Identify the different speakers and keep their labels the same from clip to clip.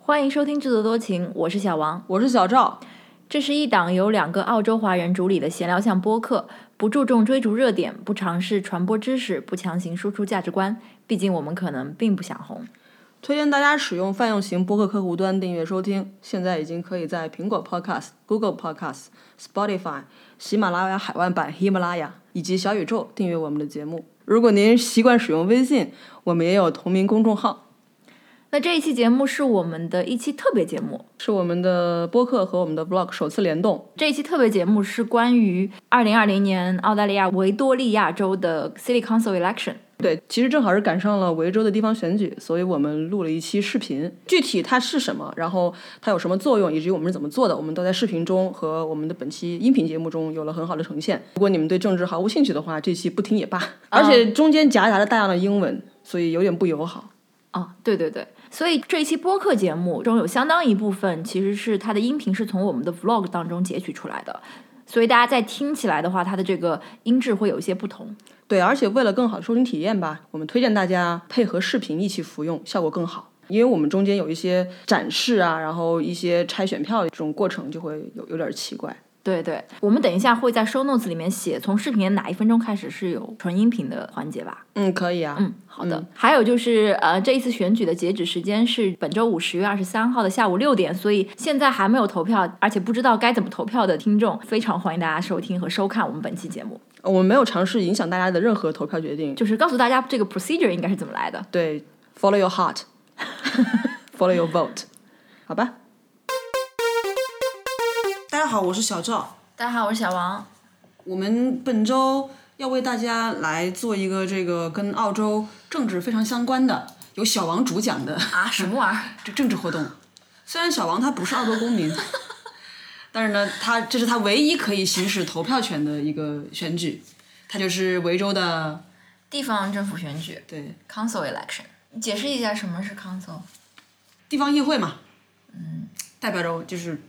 Speaker 1: 欢迎收听《制作多情》，我是小王。
Speaker 2: 我是小赵，
Speaker 1: 这是一档由两个澳洲华人主理的闲聊向播客，不注重追逐热点，不尝试传播知识，不强行输出价值观。毕竟我们可能并不想红。
Speaker 2: 推荐大家使用泛用型播客客户端订阅收听。现在已经可以在苹果 Podcast、Google Podcast、Spotify、喜马拉雅海外版喜马拉雅以及小宇宙订阅我们的节目。如果您习惯使用微信，我们也有同名公众号，
Speaker 1: 那这一期节目是我们的一期特别节目，
Speaker 2: 是我们的播客和我们的 Vlog 首次联动。
Speaker 1: 这一期特别节目是关于二零二零年澳大利亚维多利亚州的 City Council Election。
Speaker 2: 对，其实正好是赶上了维州的地方选举，所以我们录了一期视频。具体它是什么，然后它有什么作用，以及我们是怎么做的，我们都在视频中和我们的本期音频节目中有了很好的呈现。如果你们对政治毫无兴趣的话，这期不听也罢。
Speaker 1: 啊
Speaker 2: 而且中间夹杂着大量的英文，所以有点不友好。
Speaker 1: 哦，对对对，所以这一期播客节目中有相当一部分其实是它的音频是从我们的 vlog 当中截取出来的，所以大家在听起来的话，它的这个音质会有一些不同。
Speaker 2: 对，而且为了更好的收听体验吧，我们推荐大家配合视频一起服用，效果更好。因为我们中间有一些展示啊，然后一些拆选票的这种过程就会有有点奇怪。
Speaker 1: 对对，我们等一下会在 show notes 里面写从视频的哪一分钟开始是有纯音频的环节吧。
Speaker 2: 嗯，可以啊。
Speaker 1: 嗯，好的。还有就是，呃，这一次选举的截止时间是本周五十月二十三号的下午六点，所以现在还没有投票，而且不知道该怎么投票的听众，非常欢迎大家收听和收看我们本期节目，
Speaker 2: 我们没有尝试影响大家的任何投票决定。
Speaker 1: 就是告诉大家这个 procedure 应该是怎么来的。
Speaker 2: 对，follow your heart，follow your vote，好 吧？
Speaker 3: 大家好，我是小赵。
Speaker 1: 大家好，我是小王。
Speaker 3: 我们本周要为大家来做一个这个跟澳洲政治非常相关的，由小王主讲的
Speaker 1: 啊，什么玩意儿？
Speaker 3: 这政治活动。虽然小王他不是澳洲公民， 但是呢，他这是他唯一可以行使投票权的一个选举，他就是维州的
Speaker 1: 地方政府选举
Speaker 3: 对
Speaker 1: （council election）。你解释一下什么是 council？
Speaker 3: 地方议会嘛，嗯，代表着就是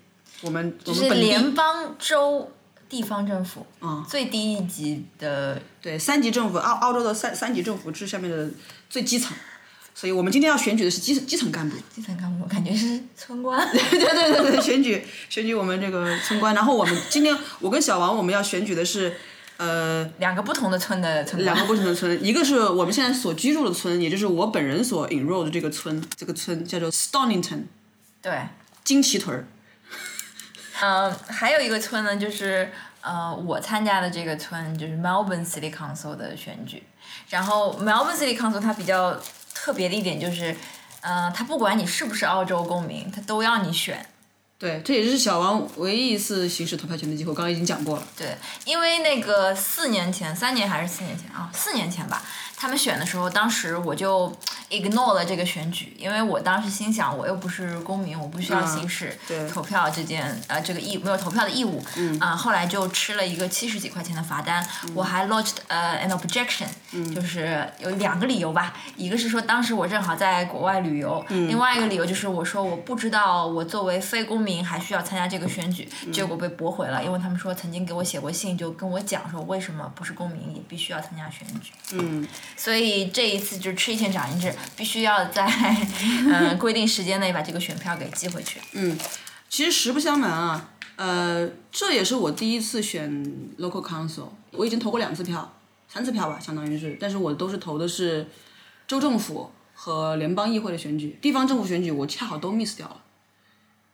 Speaker 3: 我们
Speaker 1: 就
Speaker 3: 我们
Speaker 1: 是
Speaker 3: 本地
Speaker 1: 联邦、州、地方政府，
Speaker 3: 嗯
Speaker 1: 最低一级的
Speaker 3: 对，三级政府，澳澳洲的三三级政府制下面的最基层，所以我们今天要选举的是基层基层干部。
Speaker 1: 基层干部，感觉是村官。
Speaker 3: 对对对对对，选举选举我们这个村官，然后我们今天我跟小王我们要选举的是，呃，
Speaker 1: 两个不同的村的村
Speaker 3: 两
Speaker 1: 官
Speaker 3: 个不同的村，一个是我们现在所居住的村，也就是我本人所 enroll 的这个村，这个村叫做 Stonington
Speaker 1: 对，
Speaker 3: 金旗屯儿。
Speaker 1: 嗯，还有一个村呢，就是呃，我参加的这个村就是 Melbourne City Council 的选举。然后 Melbourne City Council 它比较特别的一点就是，呃，它不管你是不是澳洲公民，它都要你选。
Speaker 3: 对，这也是小王唯一一次行使投票权的机会，我刚刚已经讲过了。
Speaker 1: 对，因为那个四年前，三年还是四年前啊，四年前吧，他们选的时候，当时我就 ignore 了这个选举，因为我当时心想，我又不是公民，我不需要
Speaker 3: 嗯
Speaker 1: 行使
Speaker 3: 对
Speaker 1: 投票这件呃这个义没有投票的义务。嗯啊、后来就吃了一个七十几块钱的罚单，
Speaker 3: 嗯
Speaker 1: 我还 lodged 呃 an objection，、就是有两个理由吧，一个是说当时我正好在国外旅游，另外一个理由就是我说我不知道我作为非公民还需要参加这个选举，结果被驳回了，因为他们说曾经给我写过信，就跟我讲说为什么不是公民也必须要参加选举。
Speaker 3: 嗯，
Speaker 1: 所以这一次就是吃一堑长一智，必须要在嗯、规定时间内把这个选票给寄回去。
Speaker 3: 其实实不相瞒啊，呃，这也是我第一次选 local council，我已经投过两次票，三次票吧，相当于是，但是我都是投的是州政府和联邦议会的选举，地方政府选举我恰好都 miss 掉了。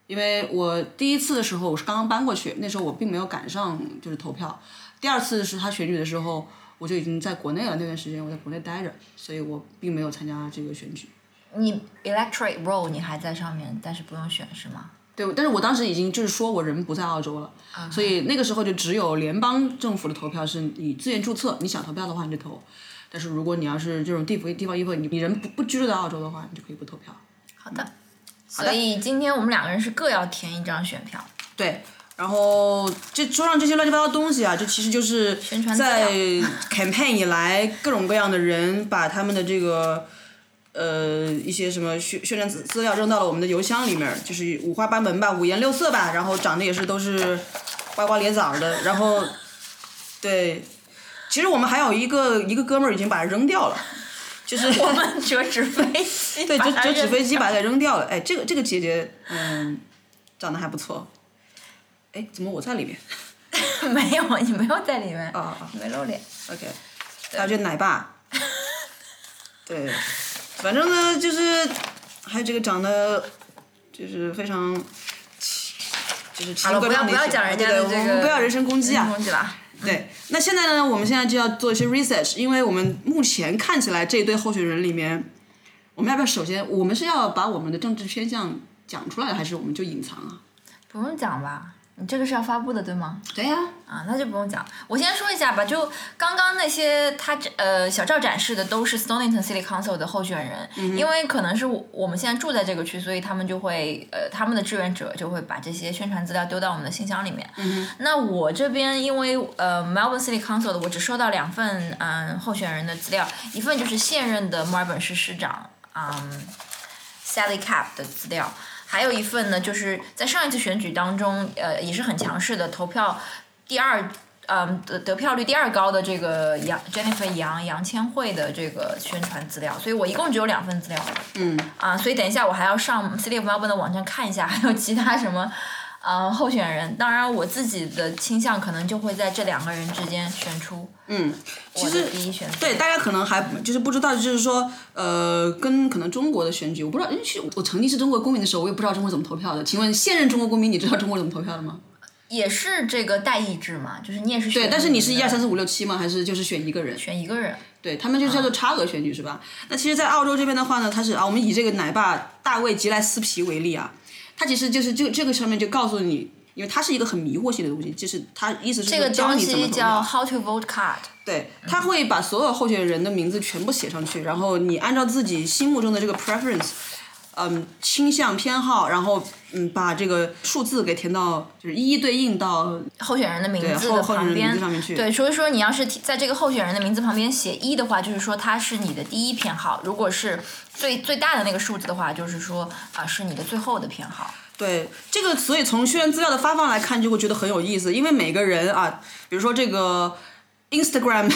Speaker 3: 因为我第一次的时候我是刚刚搬过去，那时候我并没有赶上就是投票。第二次是他选举的时候，我就已经在国内了，那段时间我在国内待着，所以我并没有参加这个选举。
Speaker 1: 你 electorate roll 你还在上面，但是不用选是吗？
Speaker 3: 对，但是我当时已经就是说我人不在澳洲了，所以那个时候就只有联邦政府的投票是你自愿注册，你想投票的话你就投，但是如果你要是这种地方地方议会，你你人不不居住在澳洲的话，你就可以不投票。
Speaker 1: 好的。所以今天我们两个人是各要填一张选 票。
Speaker 3: 对，然后这桌上这些乱七八糟的东西啊，这其实就是
Speaker 1: 宣传资料
Speaker 3: 在 campaign 以来，各种各样的人把他们的这个呃一些什么宣宣传资资料扔到了我们的邮箱里面儿，就是五花八门吧，五颜六色吧，然后长得也是都是瓜瓜裂枣儿的，然后对，其实我们还有一个一个哥们儿已经把它扔掉了。就是
Speaker 1: 我们折纸飞机，
Speaker 3: 对，就
Speaker 1: 把它
Speaker 3: 折纸
Speaker 1: 扔
Speaker 3: 飞机
Speaker 1: 掉
Speaker 3: 把它扔掉了。哎，这个这个姐姐，嗯，长得还不错。哎，怎么我在里面
Speaker 1: 没有，你没有在里面，
Speaker 3: 啊啊
Speaker 1: 你没露脸。
Speaker 3: ？OK，还有这奶爸，对，反正呢就是还有这个长得就是非常奇，就是奇
Speaker 1: 好
Speaker 3: 形
Speaker 1: 了，
Speaker 3: 怪
Speaker 1: 哎不要
Speaker 3: 状的
Speaker 1: 不
Speaker 3: 一
Speaker 1: 要
Speaker 3: 些
Speaker 1: 讲人家
Speaker 3: 对
Speaker 1: 的
Speaker 3: 对
Speaker 1: 这
Speaker 3: 我
Speaker 1: 个，
Speaker 3: 们不要人身攻击啊
Speaker 1: 人身。攻击了。
Speaker 3: 对，那现在呢，我们现在就要做一些 research，因为我们目前看起来这一对候选人里面，我们要不要首先，我们是要把我们的政治偏向讲出来，还是我们就隐藏啊？
Speaker 1: 不用讲吧，你这个是要发布的对吗？
Speaker 3: 对呀、
Speaker 1: 啊，那就不用讲。我先说一下吧，就刚刚那些他展呃小赵展示的都是 Stonington City Council 的候选人，因为可能是我我们现在住在这个区，所以他们就会呃他们的志愿者就会把这些宣传资料丢到我们的信箱里面。那我这边因为呃 Melbourne City Council 的我只收到两份嗯、候选人的资料，一份就是现任的墨尔本市市长嗯 Sally Cap 的资料。还有一份呢，就是在上一次选举当中，呃，也是很强势的投票第二，嗯，得得票率第二高的这个杨 Jennifer 杨杨千惠的这个宣传资料，所以我一共只有两份资料。
Speaker 3: 嗯，
Speaker 1: 啊，所以等一下我还要上 City of Melbourne 的网站看一下，还有其他什么。呃，候选人，当然我自己的倾向可能就会在这两个人之间选出
Speaker 3: 嗯，其
Speaker 1: 我
Speaker 3: 实
Speaker 1: 的第一选择。
Speaker 3: 对，大家可能还就是不知道，就是说，呃，跟可能中国的选举，我不知道，因为其实我曾经是中国公民的时候，我也不知道中国怎么投票的。请问现任中国公民，你知道中国怎么投票的吗？
Speaker 1: 也是这个代议制嘛，就是你也是选
Speaker 3: 对，但是你是一
Speaker 1: 的
Speaker 3: 二三四五六七吗？还是就是选一个人？
Speaker 1: 选一个人，
Speaker 3: 对他们就叫做差额选举是吧？那其实，在澳洲这边的话呢，它是啊，我们以这个奶爸大卫吉莱斯皮为例啊，他其实就是这这个上面就告诉你，因为它是一个很迷惑性的东西，就是他意思是
Speaker 1: 这个
Speaker 3: 说教
Speaker 1: 东
Speaker 3: 你怎么
Speaker 1: 西
Speaker 3: 投
Speaker 1: 叫
Speaker 3: 票
Speaker 1: How to Vote Card。
Speaker 3: 对，他会把所有候选人的名字全部写上去，然后你按照自己心目中的这个 preference，嗯，倾向偏好，然后嗯，把这个数字给填到，就是一一对应到
Speaker 1: 候选人的名字
Speaker 3: 对
Speaker 1: 的
Speaker 3: 候候选
Speaker 1: 旁
Speaker 3: 人的名
Speaker 1: 边
Speaker 3: 字上面去，
Speaker 1: 对，所以说你要是提在这个候选人的名字旁边写一的话，就是说他是你的第一偏好；如果是最最大的那个数字的话，就是说啊、是你的最后的偏好。
Speaker 3: 对这个，所以从宣传资料的发放来看，就会觉得很有意思，因为每个人啊，比如说这个 Instagram，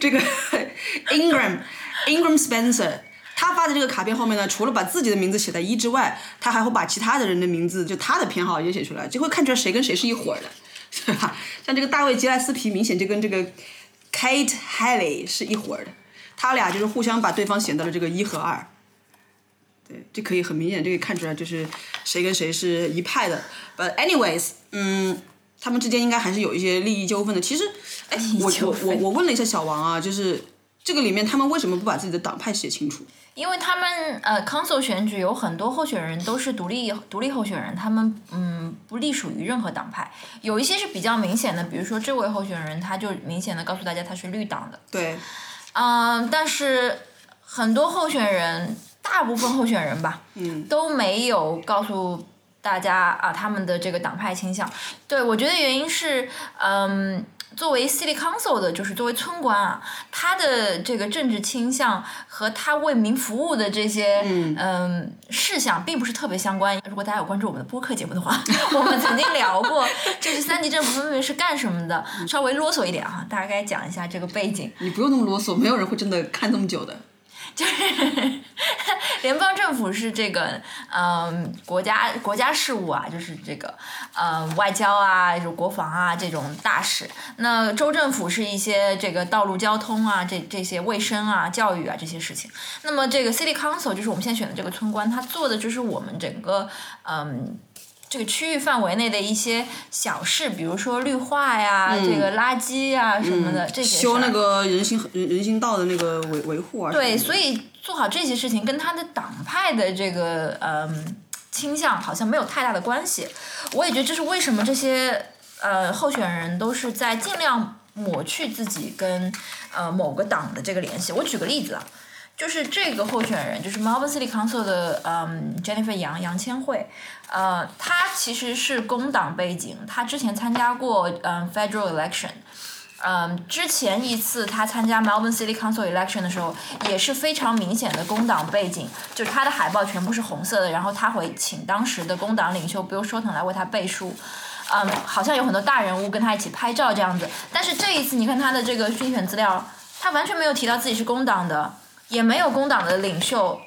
Speaker 3: 这个 Ingram Ingram Spencer，他发的这个卡片后面呢，除了把自己的名字写在一之外，他还会把其他的人的名字，就他的偏好也写出来，就会看出来谁跟 谁是一伙儿的，对吧？像这个大卫杰莱斯皮，明显就跟这个 Kate Haley 是一伙儿的，他俩就是互相把对方写到了这个一和二。对，这可以很明显，这可以看出来，就是谁跟谁是一派的。But anyways，嗯，他们之间应该还是有一些利益纠纷的。其实，哎，我我我我问了一下小王啊，就是这个里面他们为什么不把自己的党派写清楚？
Speaker 1: 因为他们呃，council 选举有很多候选人都是独立独立候选人，他们嗯不隶属于任何党派，有一些是比较明显的，比如说这位候选人他就明显的告诉大家他是绿党的，
Speaker 3: 对，
Speaker 1: 嗯，但是很多候选人，大部分候选人吧，嗯，都没有告诉大家啊他们的这个党派倾向。对我觉得原因是，嗯，作为 city council 的，就是作为村官啊，他的这个政治倾向和他为民服务的这些嗯事项，并不是特别相关。如果大家有关注我们的播客节目的话， 我们曾经聊过，就是三级政府分别是干什么的，稍微啰嗦一点啊，大概讲一下这个背景。
Speaker 3: 你不用那么啰嗦，没有人会真的看这么久的。
Speaker 1: 联邦政府是这个，嗯、国家国家事务啊，就是这个，呃，外交啊，就是国防啊这种大事。那州政府是一些这个道路交通啊，这这些卫生啊、教育啊这些事情。那么这个 city council 就是我们现在选的这个村官，他做的就是我们整个，嗯。这个区域范围内的一些小事，比如说绿化呀、这个垃圾呀、什么的，这些事
Speaker 3: 嗯修
Speaker 1: 儿
Speaker 3: 那个人行人人行道的那个维维护啊什么的。
Speaker 1: 对，所以做好这些事情跟他的党派的这个嗯倾向好像没有太大的关系。我也觉得这是为什么这些呃候选人都是在尽量抹去自己跟呃某个党的这个联系。我举个例子啊。就是这个候选人，就是 Melbourne City Council 的嗯 Jennifer 杨杨千惠，呃，她其实是工党背景，她之前参加过嗯 federal election，嗯，之前一次他参加 Melbourne City Council election 的时候，也是非常明显的工党背景，就是他的海报全部是红色的，然后他会请当时的工党领袖 Bill Shorten 来为他背书。嗯，好像有很多大人物跟他一起拍照这样子，但是这一次你看他的这个竞选资料，他完全没有提到自己是工党的，也没有工党的领袖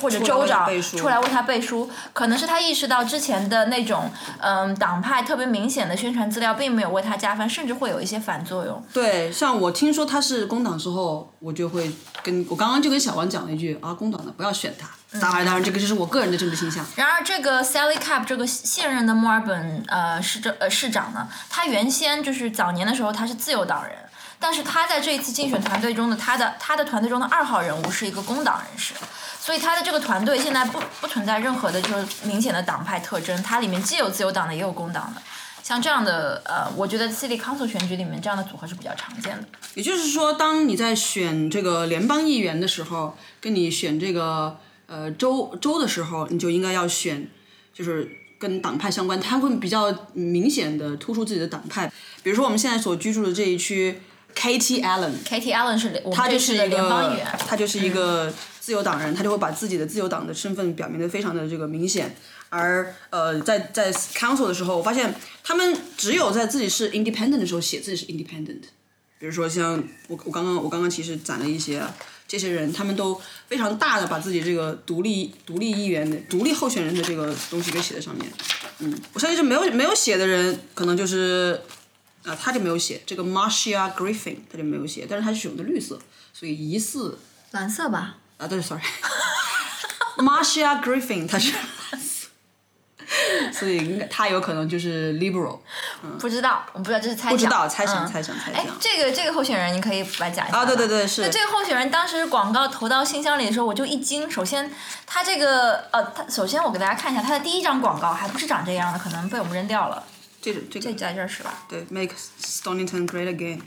Speaker 1: 或者州长
Speaker 3: 背书
Speaker 1: 出来为他背书。可能是他意识到之前的那种嗯党派特别明显的宣传资料并没有为他加分，甚至会有一些反作用。
Speaker 3: 对，像我听说他是工党之后，我就会跟我刚刚就跟小王讲了一句啊，工党的不要选他。当然，当然，这个就是我个人的政治倾向。
Speaker 1: 然而，这个 Sally Cap 这个现任的墨尔本呃市政呃市长呢，他原先就是早年的时候他是自由党人，但是他在这一次竞选团队中的他的他的团队中的二号人物是一个工党人士，所以他的这个团队现在不不存在任何的就是明显的党派特征，它里面既有自由党的也有工党的。像这样的呃，我觉得 City Council 选举里面这样的组合是比较常见的。
Speaker 3: 也就是说，当你在选这个联邦议员的时候，跟你选这个呃州州的时候，你就应该要选，就是跟党派相关，他会比较明显的突出自己的党派。比如说我们现在所居住的这一区，Katie Allen，
Speaker 1: Katie Allen 是我
Speaker 3: 他
Speaker 1: 们
Speaker 3: 就
Speaker 1: 这
Speaker 3: 是
Speaker 1: 次
Speaker 3: 一
Speaker 1: 的
Speaker 3: 个
Speaker 1: 联邦议员，
Speaker 3: 他就是一个自由党人，他就会把自己的自由党的身份表明的非常的这个明显。而呃，在在 council 的时候，我发现他们只有在自己是 independent 的时候写自己是 independent。比如说像我我刚刚我刚刚其实攒了一些啊、这些人，他们都非常大的把自己这个独立独立议员的独立候选人的这个东西给写在上面。嗯，我相信是没有没有写的人，可能就是啊、他就没有写这个 Marcia Griffin，他就没有写，但是他是选的绿色，所以疑似
Speaker 1: 蓝色吧？
Speaker 3: 啊，对，sorry。Marcia Griffin，她是， 所以应该她有可能就是 liberal，
Speaker 1: 不知道，我不知道，这是猜想。
Speaker 3: 不知道猜
Speaker 1: 嗯
Speaker 3: 想猜想猜
Speaker 1: 哎
Speaker 3: 想，。
Speaker 1: 这个这个候选人你可以来讲一下
Speaker 3: 啊对
Speaker 1: 吧
Speaker 3: 对对是
Speaker 1: 那这个候选人当时广告投到信箱里的时候，我就一惊。首先，他这个呃，他首先我给大家看一下他的第一张广告，还不是长这样的，可能被我们扔掉了。
Speaker 3: 这种这
Speaker 1: 这
Speaker 3: 个
Speaker 1: 在这儿是吧？
Speaker 3: 对，make Stonington great again。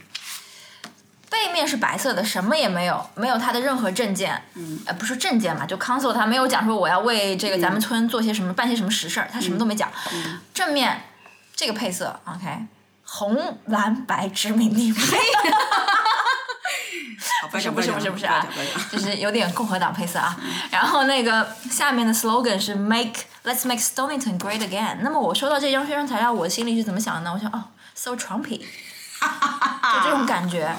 Speaker 1: 背面是白色的，什么也没有，没有他的任何证件。嗯，呃，不是证件嘛，就 council 他没有讲说我要为这个咱们村做些什么，办些什么实事儿，他什么都没讲。正面这个配色，OK，红蓝白殖民地 配。
Speaker 3: 好，不要
Speaker 1: 是
Speaker 3: 讲
Speaker 1: 不是
Speaker 3: 要
Speaker 1: 不是
Speaker 3: 讲
Speaker 1: 不是
Speaker 3: 要
Speaker 1: 啊
Speaker 3: 讲不要讲，
Speaker 1: 就是有点共和党配色啊。然后那个下面的 slogan 是 Make Let's Make Stonington Great Again。那么我收到这张宣传材料，我心里是怎么想的呢？我想哦，so Trumpy，就这种感觉，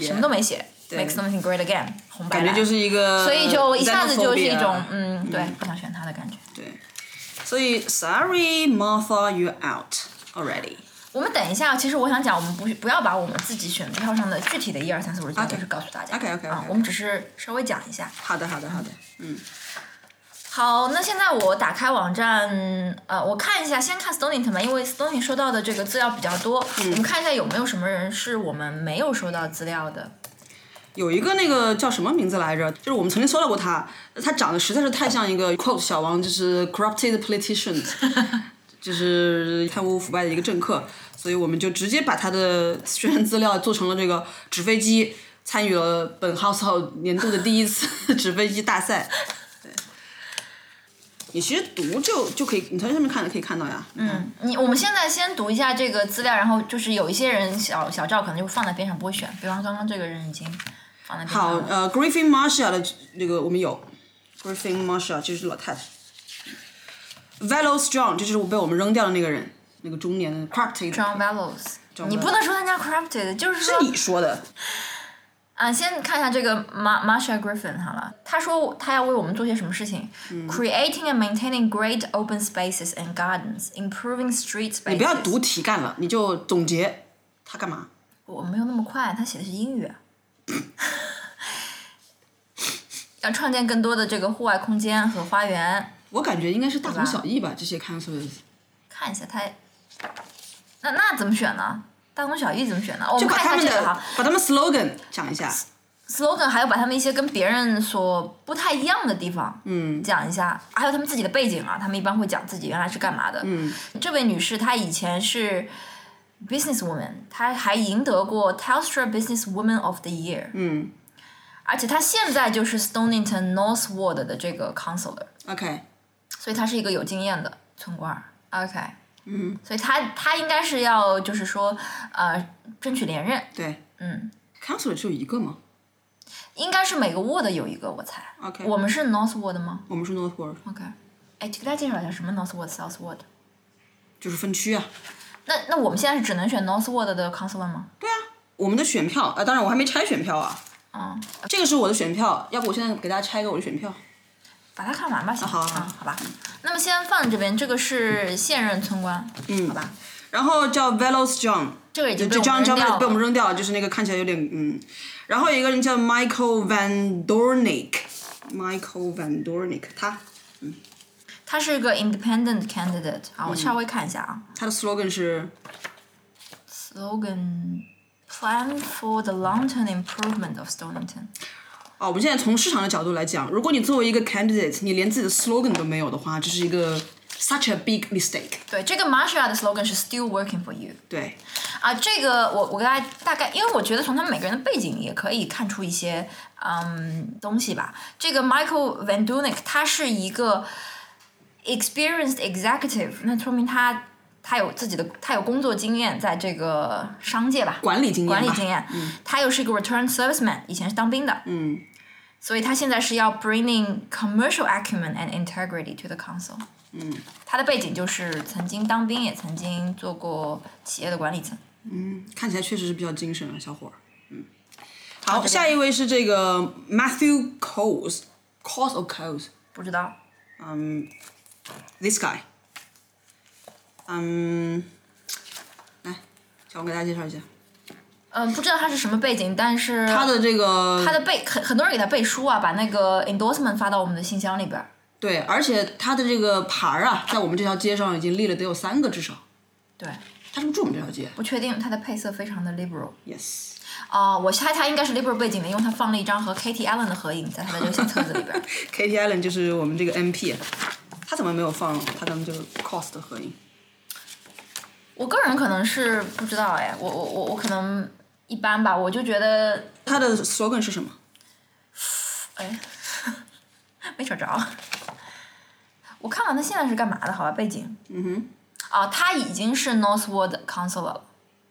Speaker 1: 什么都没 写。Make Stonington Great Again，红白
Speaker 3: 感觉
Speaker 1: 蓝，
Speaker 3: 就是一个，
Speaker 1: 所以就一下子就是一
Speaker 3: xenophobia
Speaker 1: 种嗯，对，不想选他的感觉。
Speaker 3: 啊对，所以 sorry Martha，you out already。
Speaker 1: 我们等一下，其实我想讲，我们不不要把我们自己选票上的具体的一二三四五六七八
Speaker 3: OK
Speaker 1: 都是告诉大家。
Speaker 3: OK，OK，OK，OK
Speaker 1: 啊，我们只是稍微讲一下。
Speaker 3: 好的好的好的，嗯，
Speaker 1: 好，那现在我打开网站，呃，我看一下，先看 Stonington 吧，因为 Stonington 收到的这个资料比较多，
Speaker 3: 嗯
Speaker 1: 我们看一下有没有什么人是我们没有收到资料的。
Speaker 3: 有一个那个叫什么名字来着？就是我们曾经搜到过他，他长得实在是太像一个 quote 小王，就是 corrupted politician，就是贪污腐败的一个政客，所以我们就直接把他的宣传资料做成了这个纸飞机，参与了本 household 年度的第一次 纸飞机大赛。对，你其实读就就可以，你从上面看可以看到呀。嗯，
Speaker 1: 你我们现在先读一下这个资料，然后就是有一些人小小赵可能就放在边上不会选，比方刚刚这个人已经放在边
Speaker 3: 好
Speaker 1: 上，了。
Speaker 3: 呃，Griffin Marsha 的那个我们有，Griffin Marsha 就是老太太，Velos John 这就是我被我们扔掉的那个人，那个中年的 Crafty，
Speaker 1: John Velos，你
Speaker 3: Velos
Speaker 1: 不能说他家 corrupted，就是说
Speaker 3: 是你说的，
Speaker 1: 啊，先看一下这个 Ma Marsha Griffin 好了，她说她要为我们做些什么事情、c
Speaker 3: 嗯
Speaker 1: r e a t i n g and maintaining great open spaces and gardens, improving street spaces。
Speaker 3: 你不要读，题干了，你就总结他干嘛？
Speaker 1: 我没有那么快，她写的是英语。 要创建更多的这个户外空间和花园。
Speaker 3: 我感觉应该是大同小异吧，这些 council
Speaker 1: 看一下她，那那怎么选呢？大同小异怎么选呢？哦我
Speaker 3: 就
Speaker 1: 们
Speaker 3: 把
Speaker 1: 看
Speaker 3: 他
Speaker 1: 一
Speaker 3: 们
Speaker 1: 下这
Speaker 3: 的
Speaker 1: 个哈
Speaker 3: 把他们 slogan 讲一下，
Speaker 1: ，slogan，还有把他们一些跟别人所不太一样的地方，嗯，讲一下，还有他们自己的背景啊，他们一般会讲自己原来是干嘛的。嗯，这位女士她以前是 business woman，她还赢得过 Telstra Business Woman of the Year。
Speaker 3: 嗯
Speaker 1: 而且她现在就是 Stonington Northward 的这个 counselor，
Speaker 3: ，OK，
Speaker 1: 所以她是一个有经验的村官儿。OK，嗯，所以她她应该是要就是说呃争取连任，
Speaker 3: 对
Speaker 1: 嗯，
Speaker 3: ，council 只有一个嘛
Speaker 1: 应该是每个 ward 有一个，我猜。
Speaker 3: ，OK，
Speaker 1: 我们是 Northward 吗？
Speaker 3: 我们是 Northward，
Speaker 1: OK，哎，就给大家介绍一下什么 Northwood、Southwood。
Speaker 3: 就是分区啊，
Speaker 1: 那那我们现在是只能选 Northwood 的 counselor 吗？
Speaker 3: 对啊，我们的选票啊、当然我还没拆选票啊，
Speaker 1: 嗯，
Speaker 3: 这个是我的选票，要不我现在给大家拆一个我的选票。
Speaker 1: 把它看完吧，行，
Speaker 3: 哦好啊好
Speaker 1: 嗯好吧。那么先放在这边，这个是现任村官，嗯，好吧，
Speaker 3: 然后叫 Velos John，
Speaker 1: 这个已经被
Speaker 3: 就
Speaker 1: 我们
Speaker 3: John
Speaker 1: 扔
Speaker 3: John
Speaker 1: 掉
Speaker 3: 被我们
Speaker 1: 了。
Speaker 3: 扔掉了，就是那个看起来有点嗯。然后有一个人叫 Michael Van Dornick，Michael Van Dornick，他
Speaker 1: 他是个 independent candidate 啊，
Speaker 3: 嗯
Speaker 1: 我稍微看一下啊
Speaker 3: 他的 slogan 是
Speaker 1: ，slogan plan for the long-term improvement of Stonington。
Speaker 3: 啊，我们现在从市场的角度来讲，如果你作为一个 candidate，你连自己的 slogan 都没有的话，这是一个 such a big mistake。
Speaker 1: 对，这个 Marsha 的 slogan 是 still working for you。
Speaker 3: 对，
Speaker 1: 啊，这个我我给大家大概，因为我觉得从他们每个人的背景也可以看出一些嗯东西吧。这个 Michael Van Dunick 他是一个 experienced executive，那说明他他有自己的他有工作经验，在这个商界吧，
Speaker 3: 管理经验吧
Speaker 1: 管理经验，他又是一个 return serviceman，以前是当兵的，嗯。所以他现在是要 bringing commercial acumen and integrity to the council。嗯，他的背景就是曾经当兵，也曾经做过企业的管理层。
Speaker 3: 看起来确实是比较精神啊，小伙儿。嗯，好，下一位是这个 Matthew Coles，Coles of Coles，this
Speaker 1: 不知道，
Speaker 3: guy。嗯，来，小红给大家介绍一下
Speaker 1: 嗯，不知道他是什么背景，但是
Speaker 3: 他的这个
Speaker 1: 他的背很很多人给他背书啊，把那个 endorsement 发到我们的信箱里边儿。
Speaker 3: 对，而且他的这个牌儿啊，在我们这条街上已经立了得有三个至少。
Speaker 1: 对，
Speaker 3: 他是不是住我们这条街
Speaker 1: 不确定他的配色非常的 liberal
Speaker 3: ？Yes。
Speaker 1: 啊、我猜他应该是 liberal 背景的，因为他放了一张和 Katie Allen 的合影在他的这个小册子里 边儿。
Speaker 3: Katie Allen 就是我们这个 MP，他怎么没有放他跟这个 Cost 的合影？
Speaker 1: 我个人可能是不知道哎，我我我我可能一般吧，我就觉得
Speaker 3: 他的 slogan 是什么？
Speaker 1: 哎， 没找着。我看看他现在是干嘛的，好吧，背景。嗯哼。啊，他已经是 Northwood Council 了。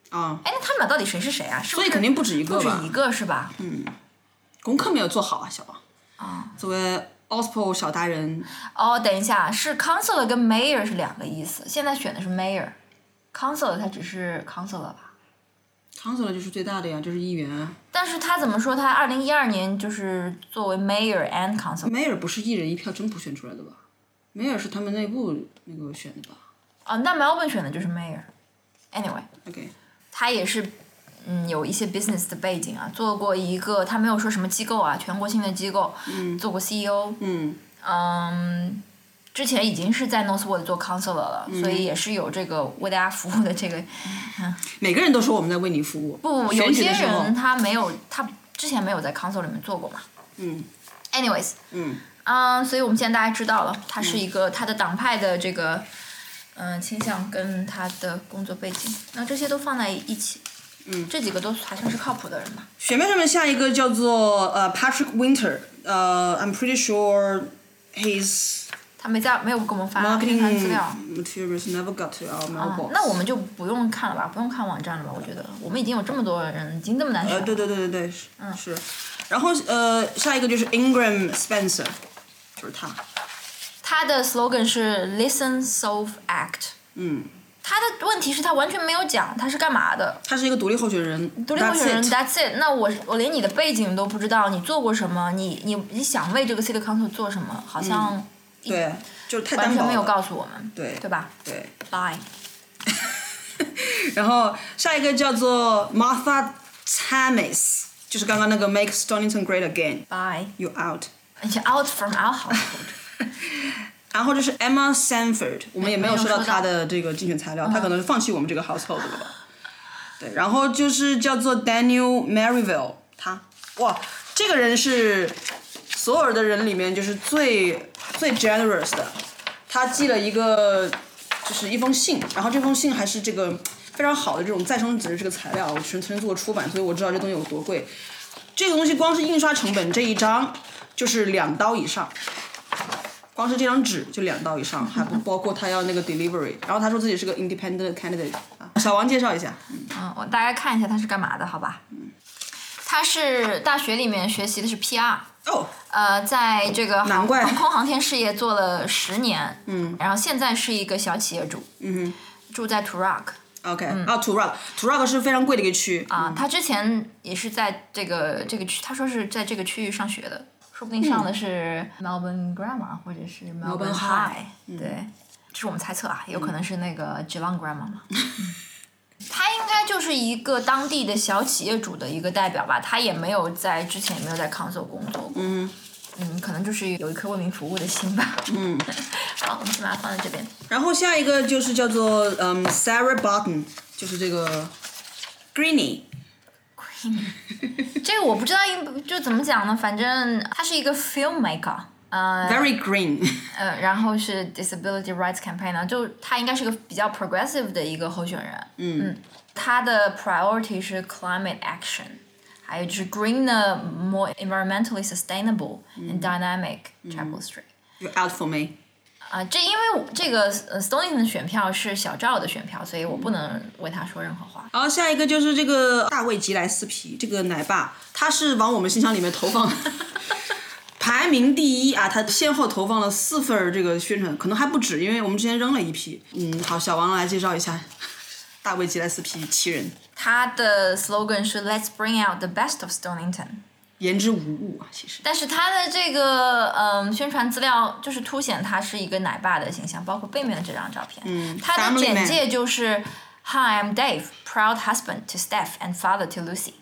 Speaker 3: 啊，
Speaker 1: 哎，那他们俩到底谁是谁啊？是不
Speaker 3: 所
Speaker 1: 是
Speaker 3: 以肯定不止一
Speaker 1: 不
Speaker 3: 个
Speaker 1: 止
Speaker 3: 吧
Speaker 1: 一？个是吧？
Speaker 3: 功课没有做好啊，小王。啊。作为 OSPO 小达人，
Speaker 1: 哦，等一下，是 council 跟 mayor 是两个意思。现在选的是 mayor，council 它只是 council 吧。
Speaker 3: Councilor 就是最大的呀，就是议员啊。
Speaker 1: 但是他怎么说？他二零一二年就是作为 mayor and council。
Speaker 3: 梅尔不是一人一票真普选出来的吧？梅尔是他们内部那个选的吧
Speaker 1: 哦，那 Melbourne 选的就是 mayor。Anyway，
Speaker 3: ？OK，
Speaker 1: 他也是，嗯，有一些 business 的背景啊，做过一个，他没有说什么机构啊，全国性的机构，嗯，做过 CEO，
Speaker 3: 嗯，
Speaker 1: 嗯，之前已经是在 Northwood 做 counselor 了，
Speaker 3: 嗯
Speaker 1: 所以也是有这个为大家服务的这个。
Speaker 3: 每个人都说我们在为你服务。
Speaker 1: 不，嗯不有
Speaker 3: 选
Speaker 1: 一
Speaker 3: 举
Speaker 1: 些
Speaker 3: 的时候
Speaker 1: 人他没有，他之前没有在 council 里面做过嘛。
Speaker 3: 嗯
Speaker 1: Anyways，
Speaker 3: 嗯
Speaker 1: 嗯，所以我们现在大家知道了，他是一个他的党派的这个嗯、呃倾向跟他的工作背景，那这些都放在一起。嗯，这几个都还算是靠谱的人吧。
Speaker 3: 选妹上面下一个叫做呃 Patrick Winter，呃，I'm pretty sure his
Speaker 1: 他没在，没有给我们发他的
Speaker 3: marketing
Speaker 1: 资料。
Speaker 3: materials never got to our
Speaker 1: 啊
Speaker 3: mailbox、
Speaker 1: 那我们就不用看了吧，不用看网站了吧？我觉得我们已经有这么多人，已经这么难选
Speaker 3: 呃，
Speaker 1: 了。
Speaker 3: 对对对对对，是、
Speaker 1: 嗯
Speaker 3: 是。然后呃，下一个就是 Ingram Spencer，就是他，
Speaker 1: 他的 slogan 是 Listen, Solve, Act。
Speaker 3: 嗯，
Speaker 1: 他的问题是他完全没有讲他是干嘛的，
Speaker 3: 他是一个独立候选人，
Speaker 1: 独立候选人
Speaker 3: that's it
Speaker 1: That's it。那我我连你的背景都不知道，你做过什么？你你你想为这个 City Council 做什么？好像
Speaker 3: 嗯对，就是太
Speaker 1: 完
Speaker 3: 单薄
Speaker 1: 全
Speaker 3: 了，
Speaker 1: 没有告诉我们，
Speaker 3: 对
Speaker 1: 对吧
Speaker 3: 对。
Speaker 1: ？Bye。
Speaker 3: 然后下一个叫做 Martha Tamis，就是刚刚那个 Make Stonington Great Again，You
Speaker 1: Bye。
Speaker 3: Out。
Speaker 1: You 哎 out from our house。
Speaker 3: 然后就是 Emma Sanford，我们也没有收到她的这个竞选材料，她可能是放弃我们这个 household 了吧。对，然后就是叫做 Daniel Maryville，他哇，这个人是所有的人里面就是最最 generous 的，他寄了一个就是一封信，然后这封信还是这个非常好的这种再生纸的这个材料，我曾曾经做过出版，所以我知道这东西有多贵。这个东西光是印刷成本这一张就是两刀以上，光是这张纸就两刀以上，还不包括他要那个 delivery。然后他说自己是个 independent candidate 啊。小王介绍一下，
Speaker 1: 嗯，我大概看一下他是干嘛的，好吧？
Speaker 3: 嗯
Speaker 1: 他是大学里面学习的是 PR，
Speaker 3: 哦，
Speaker 1: 呃，在这个
Speaker 3: 难
Speaker 1: 航
Speaker 3: 怪
Speaker 1: 航空航天事业做了十年，嗯，然后现在是一个小企业主，嗯住在 Turok，
Speaker 3: OK，啊，Turok，Turok 是非常贵的一个区
Speaker 1: 啊，他之前也是在这个这个区，他说是在这个区域上学的，说不定上的是 Melbourne Grammar 或者是嗯 Melbourne
Speaker 3: High，
Speaker 1: High，对，嗯这是我们猜测啊，有可能是那个 Geelong Grammar 嘛。他应该就是一个当地的小企业主的一个代表吧，他也没有在之前也没有在 council 工作过，嗯可能就是有一颗为民服务的心吧，嗯， 好，我们先把它放在这边，
Speaker 3: 然后下一个就是叫做嗯、Sarah Barton，就是这个 Greeny，
Speaker 1: 这个我不知道应就怎么讲呢，反正他是一个 filmmaker，呃
Speaker 3: very green，
Speaker 1: 呃，然后是 disability rights campaign 呢，就他应该是个比较 progressive 的一个候选人，嗯他的 priority 是 climate action，还有就是 greener, more environmentally sustainable and dynamic Chapel Street。
Speaker 3: You're out for me。
Speaker 1: 啊，这因为我这个呃 Stonington 的选票是小赵的选票，所以我不能为他说任何话。
Speaker 3: 然后下一个就是这个大卫吉莱斯皮，这个奶爸，他是往我们信箱里面投放的， 排名第一啊，他先后投放了四份儿这个宣传，可能还不止，因为我们之前扔了一批。嗯，好，小王来介绍一下大卫吉莱斯皮奇人，
Speaker 1: 他的 slogan 是 Let's bring out the best of Stonington。
Speaker 3: 言之无物啊，其实。
Speaker 1: 但是他的这个嗯宣传资料就是凸显他是一个奶爸的形象，包括背面的这张照片。嗯，他的
Speaker 3: family
Speaker 1: 简
Speaker 3: man
Speaker 1: 介就是：Hi, I'm Dave, proud husband to Steph and father to Lucy.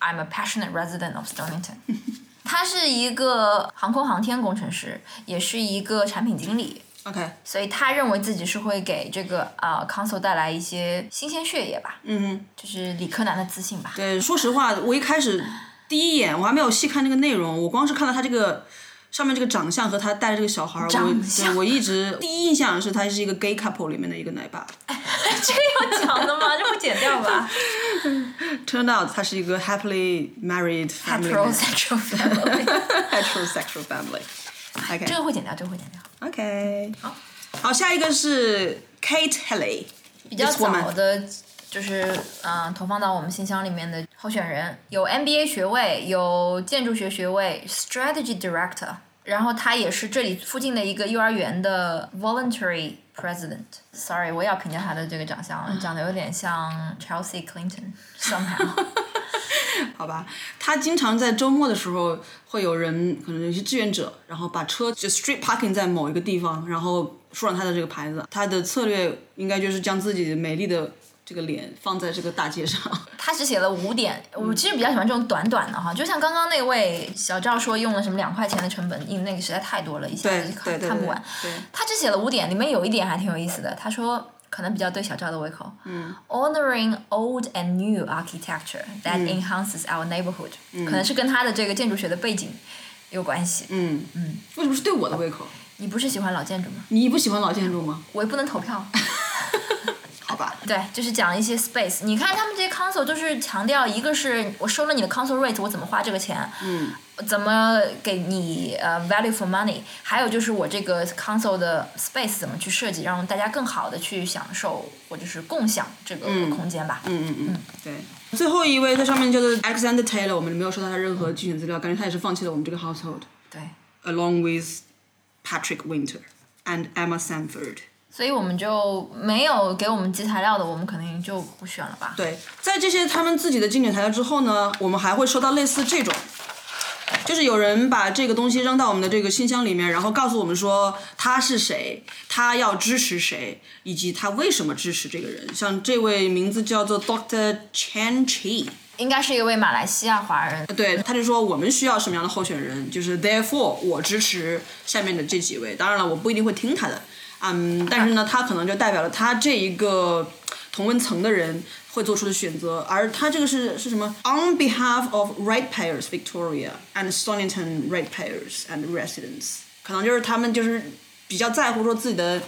Speaker 1: I'm a passionate resident of Stonington. 他是一个航空航天工程师，也是一个产品经理，
Speaker 3: OK，
Speaker 1: 所以他认为自己是会给这个呃 Council 带来一些新鲜血液吧。嗯，就是理科男的自信吧。
Speaker 3: 对，说实话，我一开始第一眼我还没有细看这个内容，我光是看到他这个上面这个长相和他带的这个小孩儿，我
Speaker 1: 长相
Speaker 3: 对我一直第一印象是他是一个 gay couple 里面的一个奶爸
Speaker 1: 这个要讲的吗？这不剪掉吧？
Speaker 3: ，turn out 他是一个 happily married family man
Speaker 1: heterosexual family。
Speaker 3: heterosexual family。OK
Speaker 1: 这个会剪掉，这个会剪掉。
Speaker 3: OK，好，好，下一个是 Kate Haley，
Speaker 1: 比较
Speaker 3: This woman
Speaker 1: 早的，就是嗯、呃投放到我们信箱里面的候选人，有 MBA 学位，有建筑学学位，Strategy Director，然后他也是这里附近的一个幼儿园的 Voluntary President。Sorry，我也要评价他的这个长相了，长得有点像 Chelsea Clinton somehow。
Speaker 3: 好吧，他经常在周末的时候会有人，可能有些志愿者，然后把车就 street parking 在某一个地方，然后竖上他的这个牌子。他的策略应该就是将自己美丽的这个脸放在这个大 街上。
Speaker 1: 他只写了五点，我其实比较喜欢这种短短的哈，就像刚刚那位小赵说用了什么两块钱的成本印，那个实在太多了，一下
Speaker 3: 对
Speaker 1: 子
Speaker 3: 对
Speaker 1: 看
Speaker 3: 对，
Speaker 1: 看不完。
Speaker 3: 对，
Speaker 1: 他只写了五点，里面有一点还挺有意思的。他说，可能比较对小赵的胃口。嗯，honoring old and new architecture that enhances our neighborhood，、可能是跟他的这个建筑学的背景有关系。
Speaker 3: 嗯嗯，为什么是对我的胃口？
Speaker 1: 你不是喜欢老建筑吗？
Speaker 3: 你不喜欢老建筑吗？
Speaker 1: 我也不能投票。
Speaker 3: 好吧，
Speaker 1: 对，就是讲一些 space。你看他们这些 console 就是强调，一个是我收了你的 console rate，我怎么花这个钱，嗯，怎么给你呃 value for money，还有就是我这个 console 的 space 怎么去设计，让大家更好的去享受或者是共享这个空间吧。嗯，
Speaker 3: 对。最后一位在上面叫做 Alexander Taylor，我们没有收到他任何竞选资料，感觉他也是放弃了我们这个 household。
Speaker 1: 对，
Speaker 3: along with Patrick Winter and Emma Sanford。
Speaker 1: 所以我们就没有给我们寄材料的，我们肯定就不选了吧。
Speaker 3: 对，在这些他们自己的经典材料之后呢，我们还会收到类似这种，就是有人把这个东西扔到我们的这个信箱里面，然后告诉我们说他是谁，他要支持谁，以及他为什么支持这个人。像这位名字叫做 Doctor Chan Chi，
Speaker 1: 应该是一位马来西亚华人，
Speaker 3: 对，他就说我们需要什么样的候选人，就是 therefore 我支持下面的这几位。当然了，我不一定会听他的，嗯，但是呢，他可能就代表了他这一个同温层的人会做出的选择，而他这个是是什么？On behalf of ratepayers Victoria and Stonington ratepayers and residents，可能就是他们就是比较在乎说自己的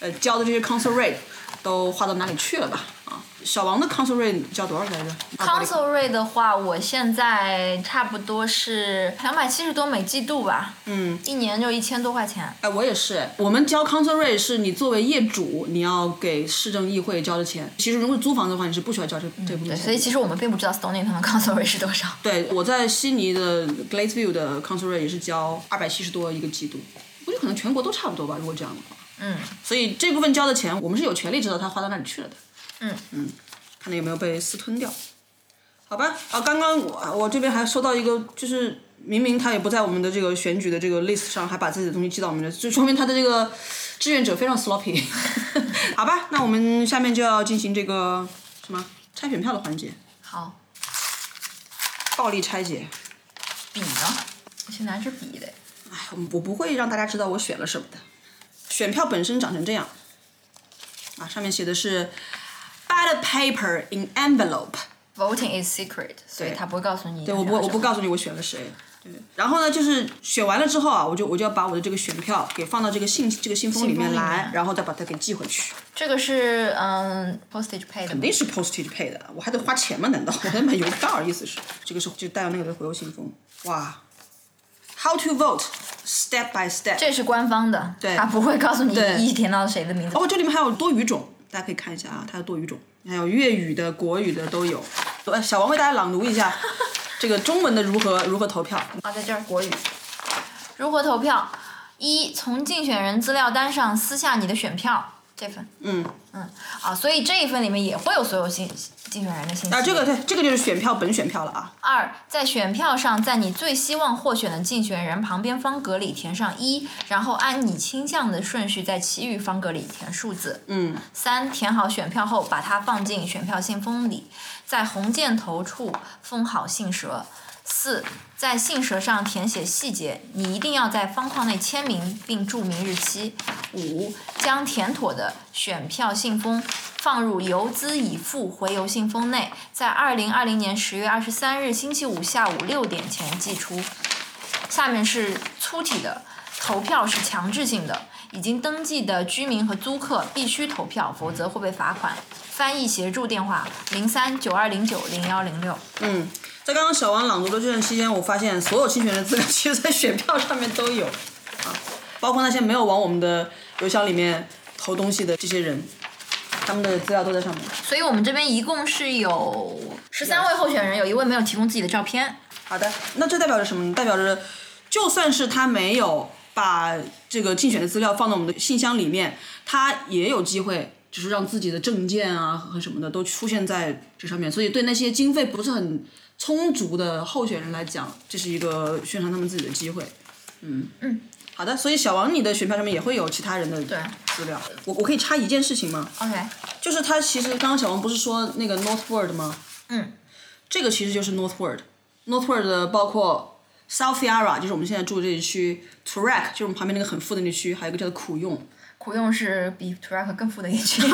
Speaker 3: 呃交的这些 council rate 都花到哪里去了吧？啊，小王的 council rate 交多少来着
Speaker 1: Council rate 的话，我现在差不多是两百七十多每季度吧，嗯，一年就一千多块钱。
Speaker 3: 哎，我也是哎。我们交 council rate 是你作为业主，你要给市政议会交的钱。其实如果租房子的话，你是不需要交这、这部分
Speaker 1: 对，
Speaker 3: 钱。
Speaker 1: 所以其实我们 并不知道 Stonington 的 Council rate 是多少。
Speaker 3: 对，我在悉尼的 Gladesview 的 council rate 也是交二百七十多一个季度，我觉得可能全国都差不多吧。如果这样的话，嗯，所以这部分交的钱，我们是有权利知道它花到哪里去了的。嗯嗯，看看有没有被私吞掉。好吧，啊，刚刚我我这边还收到一个，就是明明他也不在我们的这个选举的这个 list 上，还把自己的东西寄到我们这，就说明他的这个志愿者非常 sloppy。好吧，那我们下面就要进行这个什么拆选票的环节，
Speaker 1: 好，
Speaker 3: 暴力拆解。
Speaker 1: 笔呢？我去拿支笔的。
Speaker 3: 哎，我不会让大家知道我选了什么的。选票本身长成这样，啊，上面写的是 ballot paper in envelope。
Speaker 1: Voting is secret，所以他不会告诉你。对，
Speaker 3: 我不我不告诉你我选了谁。对，然后呢，就是选完了之后啊，我就我就要把我的这个选票给放到这个信这个信封里面
Speaker 1: 信封里
Speaker 3: 来
Speaker 1: 面，
Speaker 3: 然后再把它给寄回去。
Speaker 1: 这个是嗯 postage pay 的吗
Speaker 3: 肯定是 postage 配的，我还得花钱吗？难道 我还买邮票？意思是这个是就带有那个回邮信封。哇，How to vote step by step。
Speaker 1: 这是官方的，
Speaker 3: 对
Speaker 1: 他不会告诉你
Speaker 3: 对
Speaker 1: 一填到谁的名字。
Speaker 3: 哦，这里面还有多语种，大家可以看一下啊，它有多语种，还有粤语的、国语的都有。呃，小王为大家朗读一下这个中文的如何如何投票。
Speaker 1: 啊，在这儿国语。如何投票？一，从竞选人资料单上撕下你的选票这份。
Speaker 3: 嗯，
Speaker 1: 嗯，啊，所以这一份里面也会有所有信竞选人的信息。
Speaker 3: 啊，这个对，这个就是选票本选票了啊。
Speaker 1: 二，在选票上，在你最希望获选的竞选人旁边方格里填上一，然后按你倾向的顺序在其余方格里填数字。
Speaker 3: 嗯，
Speaker 1: 三，填好选票后，把它放进选票信封里，在红箭头处封好信舌。四，在信舌上填写细节，你一定要在方框内签名并注明日期。五，将填妥的选票信封放入邮资已付回邮信封内，在二零二零年十月二十三日星期五下午六点前寄出。下面是粗体的，投票是强制性的，已经登记的居民和租客必须投票，否则会被罚款。翻译协助电话：零三九二零九零幺零六。
Speaker 3: 嗯，在刚刚小王朗读的这段期间，我发现所有竞选人资料其实在选票上面都有啊，包括那些没有往我们的邮箱里面投东西的这些人，他们的资料都在上面。
Speaker 1: 所以我们这边一共是有十三位候选人，有一位没有提供自己的照片。
Speaker 3: 好的，那这代表着什么呢？代表着，就算是他没有把这个竞选的资料放到我们的信箱里面，他也有机会。就是让自己的证件啊和什么的都出现在这上面，所以对那些经费不是很充足的候选人来讲，这是一个宣传他们自己的机会。嗯
Speaker 1: 嗯，
Speaker 3: 好的，所以小王你的选票上面也会有其他人的
Speaker 1: 对
Speaker 3: 资料。我我可以插一件事情吗？
Speaker 1: OK，
Speaker 3: 就是他其实刚刚小王不是说那个 Northward 吗？
Speaker 1: 嗯，
Speaker 3: 这个其实就是 Northward。Northward 的包括 South Yarra，就是我们现在住的这一区，Turak 就是我们旁边那个很富的那区，还有一个叫苦用。
Speaker 1: 苦用是比 Turak 更富的一区。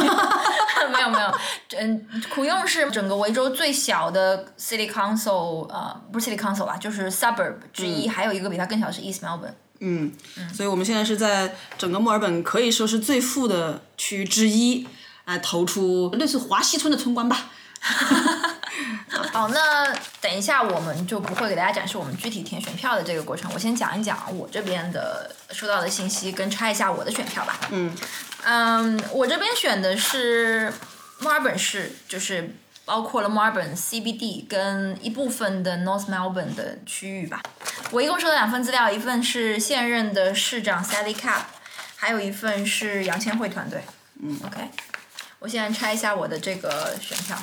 Speaker 1: 没有没有，嗯，苦用是整个维州最小的 City Council，呃，不是 City Council 吧，就是 Suburb 之一，还有一个比它更小是 East Melbourne。
Speaker 3: 嗯，所以我们现在是在整个墨尔本可以说是最富的区之一，来投出类似华西村的村官吧。
Speaker 1: 好，哦那等一下我们就不会给大家展示我们具体填选票的这个过程，我先讲一讲我这边的收到的信息，跟拆一下我的选票吧。
Speaker 3: 嗯
Speaker 1: 嗯，我这边选的是墨尔本市，就是包括了墨尔本 CBD 跟一部分的 North Melbourne 的区域吧。我一共收到两份资料，一份是现任的市长 Sally Cup，还有一份是杨千惠团队。嗯，OK，我现在拆一下我的这个选票。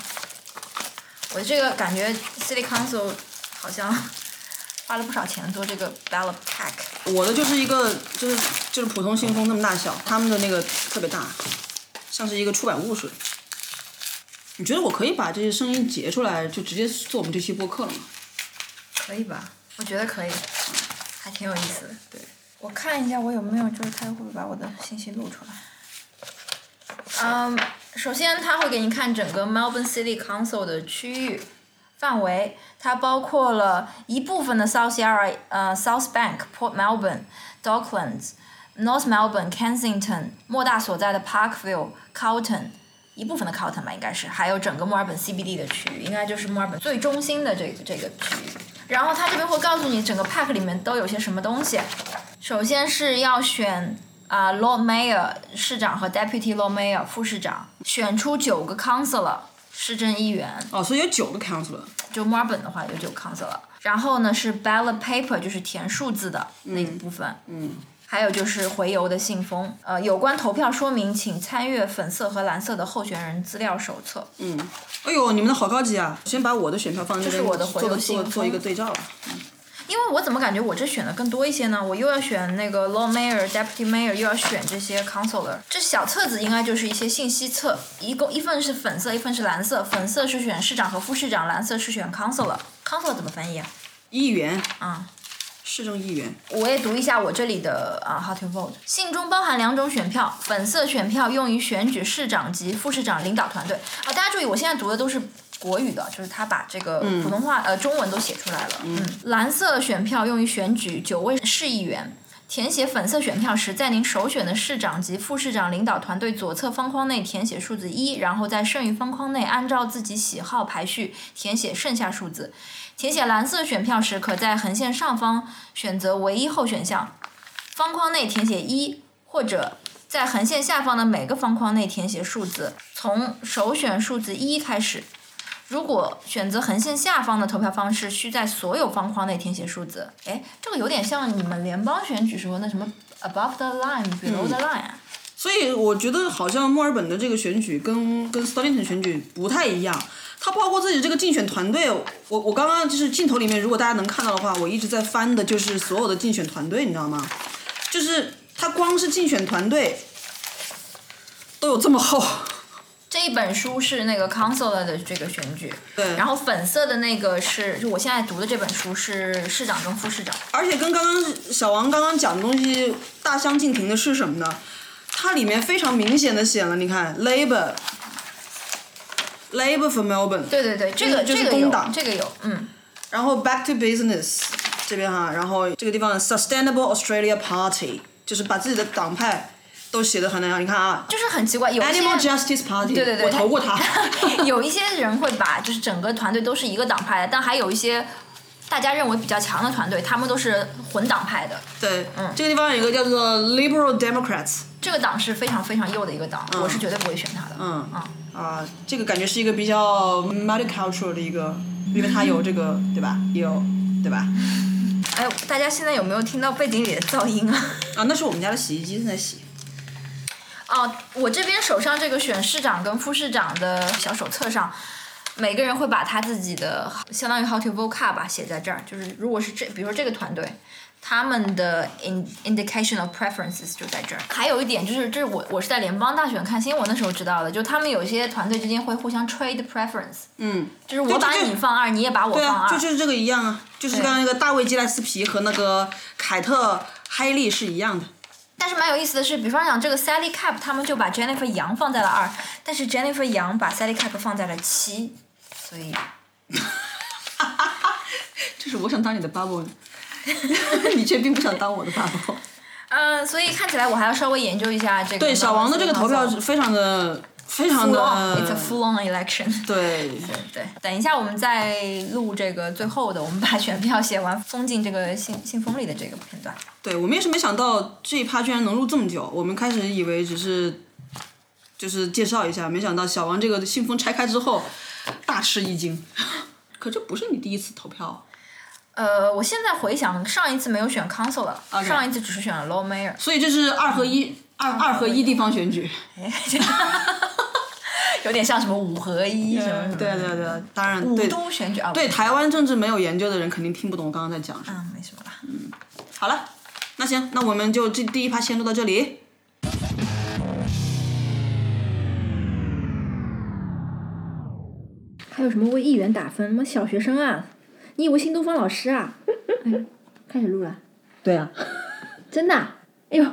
Speaker 1: 我这个感觉 City Council 好像花了不少钱做这个 ballot pack。
Speaker 3: 我的就是一个就是就是普通信封那么大小，他们的那个特别大，像是一个出版物似的。你觉得我可以把这些声音截出来，就直接做我们这期播客了吗？
Speaker 1: 可以吧？我觉得可以，还挺有意思的。
Speaker 3: 对，
Speaker 1: 我看一下我有没有，就是他会不会把我的信息录出来。嗯，首先他会给你看整个 Melbourne City Council 的区域范围，它包括了一部分的 South Yarra、呃 South Bank、Port Melbourne、Docklands、North Melbourne、Kensington、莫大所在的 Parkville、Carlton。一部分的 Carlton 吧，应该是，还有整个墨尔本 CBD 的区域，应该就是墨尔本最中心的这个这个区域。然后它这边会告诉你整个 pack 里面都有些什么东西。首先是要选啊、Lord Mayor 市长和 Deputy Lord Mayor 副市长，选出九个 Councillor 市政议员，
Speaker 3: 哦，所以有九个 counselor。
Speaker 1: 就墨尔本的话有九个 Councillor。然后呢是 ballot paper，就是填数字的那一部分。
Speaker 3: 嗯，
Speaker 1: 还有就是回邮的信封。呃，有关投票说明，请参阅粉色和蓝色的候选人资料手册。
Speaker 3: 哎呦，你们的好高级啊！先把我的选票放在这
Speaker 1: 这是
Speaker 3: 边，
Speaker 1: 我的回
Speaker 3: 做
Speaker 1: 邮
Speaker 3: 个
Speaker 1: 信
Speaker 3: 做
Speaker 1: 封
Speaker 3: 做一个对照吧。
Speaker 1: 因为我怎么感觉我这选的更多一些呢？我又要选那个 law mayor、deputy mayor，又要选这些 councilor。这小册子应该就是一些信息册，一共一份是粉色，一份是蓝色。粉色是选市长和副市长，蓝色是选 councilor。councilor 怎么翻译啊？
Speaker 3: 议员，
Speaker 1: 啊
Speaker 3: 市政议员，
Speaker 1: 我也读一下我这里的啊、h o w to vote。信中包含两种选票，粉色选票用于选举市长及副市长领导团队。啊，大家注意，我现在读的都是国语的，就是他把这个普通话、呃中文都写出来了。嗯，蓝色选票用于选举九位市议员。填写粉色选票时，在您首选的市长及副市长领导团队左侧方框内填写数字一，然后在剩余方框内按照自己喜好排序填写剩下数字。填写蓝色选票时，可在横线上方选择唯一候选项，方框内填写一，或者在横线下方的每个方框内填写数字，从首选数字一开始。如果选择横线下方的投票方式，需在所有方框内填写数字。哎，这个有点像你们联邦选举时候那什么 above the line, below the line 啊。
Speaker 3: 所以我觉得好像墨尔本的这个选举跟跟 Stonington 选举不太一样，它包括自己这个竞选团队。我我刚刚就是镜头里面，如果大家能看到的话，我一直在翻的就是所有的竞选团队，你知道吗？就是它光是竞选团队都有这么厚，
Speaker 1: 这一本书是那个 council 的这个选举，
Speaker 3: 对
Speaker 1: 然后粉色的那个是，就我现在读的这本书是市长跟副市长。
Speaker 3: 而且跟刚刚小王刚刚讲的东西大相径庭的是什么呢？它里面非常明显的写了，你看 Labour。Labour for Melbourne，
Speaker 1: 对对对，这个、
Speaker 3: 就是
Speaker 1: 这个
Speaker 3: 工
Speaker 1: 有
Speaker 3: 党，
Speaker 1: 这个有，嗯，
Speaker 3: 然后 back to business 这边哈，然后这个地方 sustainable Australia Party 就是把自己的党派都写的很那样，你看啊
Speaker 1: 就是很奇怪，有一些
Speaker 3: ，Animal Justice Party，
Speaker 1: 对对对，
Speaker 3: 我投 过他。
Speaker 1: 有一些人会把就是整个团队都是一个党派的，但还有一些大家认为比较强的团队，他们都是混党派的。
Speaker 3: 对，
Speaker 1: 嗯
Speaker 3: 这个地方有一个叫做 Liberal Democrats，
Speaker 1: 这个党是非常非常右的一个党，我是绝对不会选他的。
Speaker 3: 嗯
Speaker 1: 嗯，
Speaker 3: 啊、这个感觉是一个比较 multicultural 的一个，因为它有这个
Speaker 1: 嗯
Speaker 3: 对吧，有对吧？
Speaker 1: 哎，大家现在有没有听到背景里的噪音啊？
Speaker 3: 啊，那是我们家的洗衣机正在洗。
Speaker 1: 哦，我这边手上这个选市长跟副市长的小手册上，每个人会把他自己的相当于 how to vote card 吧写在这儿，就是如果是这，比如说这个团队。他们的 in indication of preferences 就在这儿。还有一点就是，这是我我是在联邦大选看新闻的时候知道的，就他们有些团队之间会互相 trade preference，
Speaker 3: 嗯，
Speaker 1: 就是我把
Speaker 3: 对就
Speaker 1: 你放二，你也把我
Speaker 3: 对
Speaker 1: 放二。
Speaker 3: 啊，
Speaker 1: 哎
Speaker 3: 就就是这个一样啊，就是
Speaker 1: 对
Speaker 3: 刚刚那个大卫·基莱斯皮和那个凯特·嗨利是一样的。
Speaker 1: 但是蛮有意思的是，比方讲这个 Sally Cap，他们就把 Jennifer 杨放在了二，但是 Jennifer 杨把 Sally Cap 放在了七，所以
Speaker 3: 就是我想当你的 bubble，你却并不想当我的 bubble。
Speaker 1: 嗯，所以看起来我还要稍微研究一下这个。
Speaker 3: 对，小王的这个投票是非常的、非常
Speaker 1: full on，it's a
Speaker 3: 的，
Speaker 1: full on election。
Speaker 3: 对，
Speaker 1: 对，等一下我们再录这个最后的，我们把选票写完，封进这个信信封里的这个片段。
Speaker 3: 对我们也是没想到这一趴居然能录这么久，我们开始以为只是就是介绍一下，没想到小王这个信封拆开之后大吃一惊。可这不是你第一次投票，
Speaker 1: 呃，我现在回想上一次没有选 council 了
Speaker 3: OK
Speaker 1: 上一次只是选了 law mayor。
Speaker 3: 所以这是二合一。二二合一地方选举，
Speaker 1: 有点像什么五合一什么什么。
Speaker 3: 呃对对对，当然
Speaker 1: 五
Speaker 3: 对
Speaker 1: 都选举啊。
Speaker 3: 对台湾政治没有研究的人肯定听不懂我刚刚在讲什么。
Speaker 1: 嗯，没什么啦。
Speaker 3: 好了，那行，那我们就这第一趴先录到这里。
Speaker 4: 还有什么为议员打分？妈小学生啊！你以为新东方老师啊？哎，开始录了，
Speaker 2: 对
Speaker 3: 啊
Speaker 2: 呀、
Speaker 4: 真的啊？哎呦，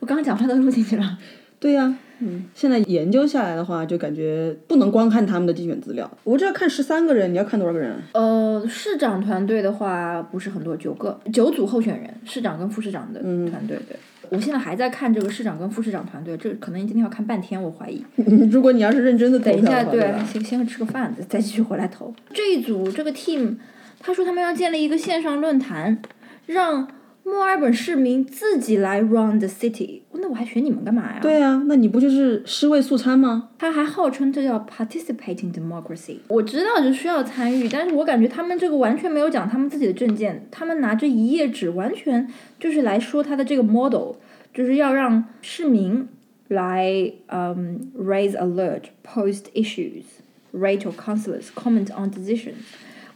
Speaker 4: 我刚刚讲话都录进去了。
Speaker 2: 对呀、
Speaker 3: 啊
Speaker 2: 嗯，现在研究下来的话，就感觉不能光看他们的竞选资料，我这要看十三个人，你要看多少个人啊？
Speaker 4: 呃，市长团队的话不是很多，九个，九组候选人，市长跟副市长的
Speaker 3: 嗯
Speaker 4: 团队。对，我现在还在看这个市长跟副市长团队，这可能今天要看半天，我怀疑。
Speaker 2: 如果你要是认真的投票
Speaker 4: 等一
Speaker 2: 的话，
Speaker 4: 下，
Speaker 2: 对
Speaker 4: 对，
Speaker 2: 吧？
Speaker 4: 先先吃个饭，再再继续回来投。这一组这个 team，他说他们要建立一个线上论坛，让墨尔本市民自己来 run the city，那我还选你们干嘛呀？
Speaker 3: 对啊，那你不就是尸位素餐吗？
Speaker 4: 他还号称这叫 participating democracy。我知道就需要参与，但是我感觉他们这个完全没有讲他们自己的证件，他们拿着一页纸，完全就是来说他的这个 model，就是要让市民来嗯、raise alert, post issues, rate your councillors, comment on decisions.